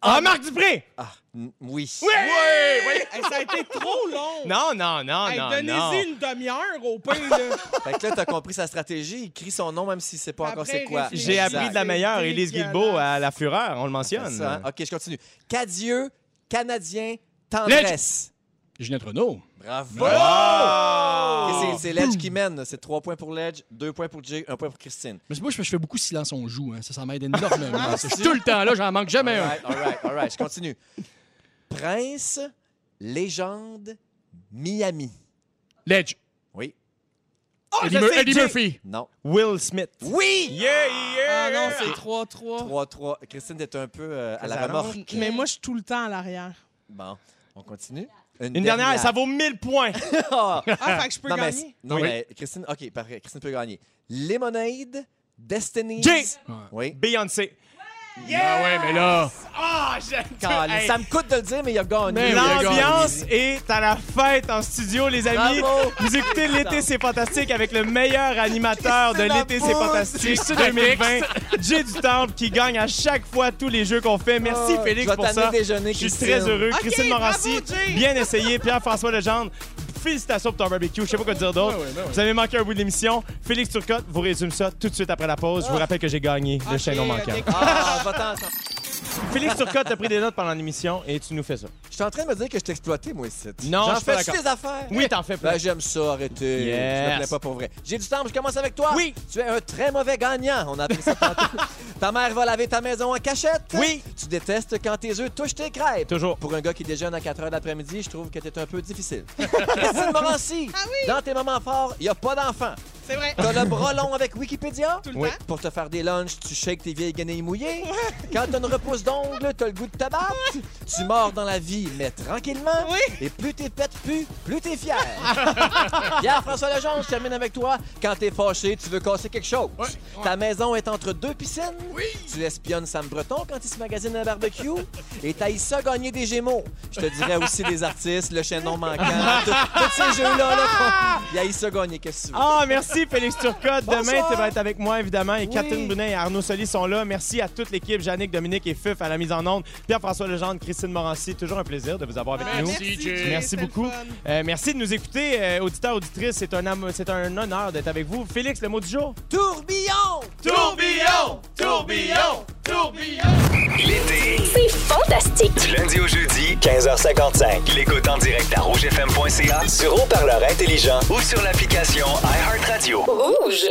Ah, Marc Dupré! Ah, n- oui. Oui! hey, ça a été trop long. Non, non, non, Hey, non, non. Donnez-y une demi-heure au pain, là. Fait que là, t'as compris sa stratégie. Il crie son nom, même s'il sait pas Après, encore c'est quoi. réfléchis. J'ai Exact. appris de la meilleure, C'est Élise dégueulasse. Guilbeault à La Fureur, on le C'est mentionne. ça, hein? OK, je continue. Cadieux, Canadien, Tendresse. Ginette Renault. Bravo! Oh! Et c'est- C'est Ledge qui mène. C'est trois points pour Ledge, deux points pour Jay, un point pour Christine. Mais c'est moi, je fais- je fais beaucoup silence, on joue. Hein. Ça, ça m'aide Ah, énormément. je suis tout le temps là, j'en manque jamais All un. right, all right, all right. Je continue. Prince, légende, Miami. Ledge. Oui. Oh, Eddie, je Mur- sais, Eddie Jay. Murphy. Non. Will Smith. Oui! Yeah, Ah non, yeah! c'est 3-3. 3-3. Christine, t'es un peu euh, à la Ça remorque. Mais moi, je suis tout le temps à l'arrière. Bon, on continue. Une dernière, ça vaut 1000 points. va. Ah, fait que je peux non, mais, gagner. non Oui. mais Christine, OK, parfait. Christine peut gagner. Lemonade, Destiny. Jay! Oui. Beyoncé. Ah ouais, mais là. Ah, j'aime Calais. Hey, Ça me coûte de le dire, mais il a gagné. Mais oui, il a L'ambiance est à la fête en studio, les amis. Bravo. Vous écoutez L'été, c'est fantastique avec le meilleur animateur de Christine L'été, c'est Lapointe. fantastique 2020, Jay du Temple, qui gagne à chaque fois tous les jeux qu'on fait. Merci, Oh, Félix, je vais pour t'amener ça. déjeuner, Je suis Christine. très heureux. Ok, Christine Morancy, bravo, Jay. bien essayé. Pierre-François Legendre, félicitations pour ton barbecue. Je sais pas quoi te dire d'autre. Ouais, ouais, ouais, ouais. Vous avez manqué un bout de l'émission. Félix Turcotte vous résume ça tout de suite après la pause. Je vous rappelle que j'ai gagné le Ok, chaînon ok. manquant. Ah, va-t'en, va-t'en. Félix Turcotte a pris des notes pendant l'émission et tu nous fais ça. Je suis en train de me dire que je t'exploitais, moi, ici. Non, je J'en suis pas fais d'accord. des affaires. Oui, t'en fais plein. Ben, j'aime ça, arrêtez. Yes. Je me plais pas pour vrai. J'ai du temps, je commence avec toi. Oui. Tu es un très mauvais gagnant. On a appris ça tantôt. ta mère va laver ta maison en cachette. Oui. Tu détestes quand tes œufs touchent tes crêpes. Toujours. Pour un gars qui déjeune à 4 h l'après-midi, je trouve que t'es un peu difficile. Christine Morancy. Ah oui. Dans tes moments forts, il a pas d'enfant. C'est vrai. T'as le bras long avec Wikipédia. Tout le Oui. temps. Pour te faire des lunchs, tu shakes tes vieilles guenilles mouillées. Quand t'as une repousse d'ongles, t'as le goût de tabac. Tu mords dans la vie, mais tranquillement. Oui. Et plus t'es pète, plus, plus t'es fier. Pierre-François Lejeune, je termine avec toi. Quand t'es fâché, tu veux casser quelque chose. Ta maison est entre deux piscines. Tu espionnes Sam Breton quand il se magasine à un barbecue. Et t'as ça gagner des Gémeaux. Je te dirais aussi des artistes, le chaînon manquant, tout- tous ces jeux-là. Là, qu'on- il a ça gagner, qu'est-ce que tu veux? Ah, merci Félix Turcotte. Demain, Bonsoir. tu vas être avec moi, évidemment. Et Oui. Catherine Brunet et Arnaud Soli sont là. Merci à toute l'équipe, Yannick, Dominique et Fuf à la mise en onde. Pierre-François Legendre, Christine Morancy. Toujours un plaisir de vous avoir avec Ah, nous. Merci, Jay. Jay, Merci c'était le beaucoup. fun. Euh, merci de nous écouter, euh, auditeurs, auditrices. C'est un, am- c'est un honneur d'être avec vous. Félix, le mot du jour? Tourbillon! Tourbillon! Tourbillon! L'été, C'est fantastique. du lundi au jeudi, 15h55. L'écoute en direct à rougefm.ca, sur haut-parleur intelligent ou sur l'application iHeartRadio. Rouge.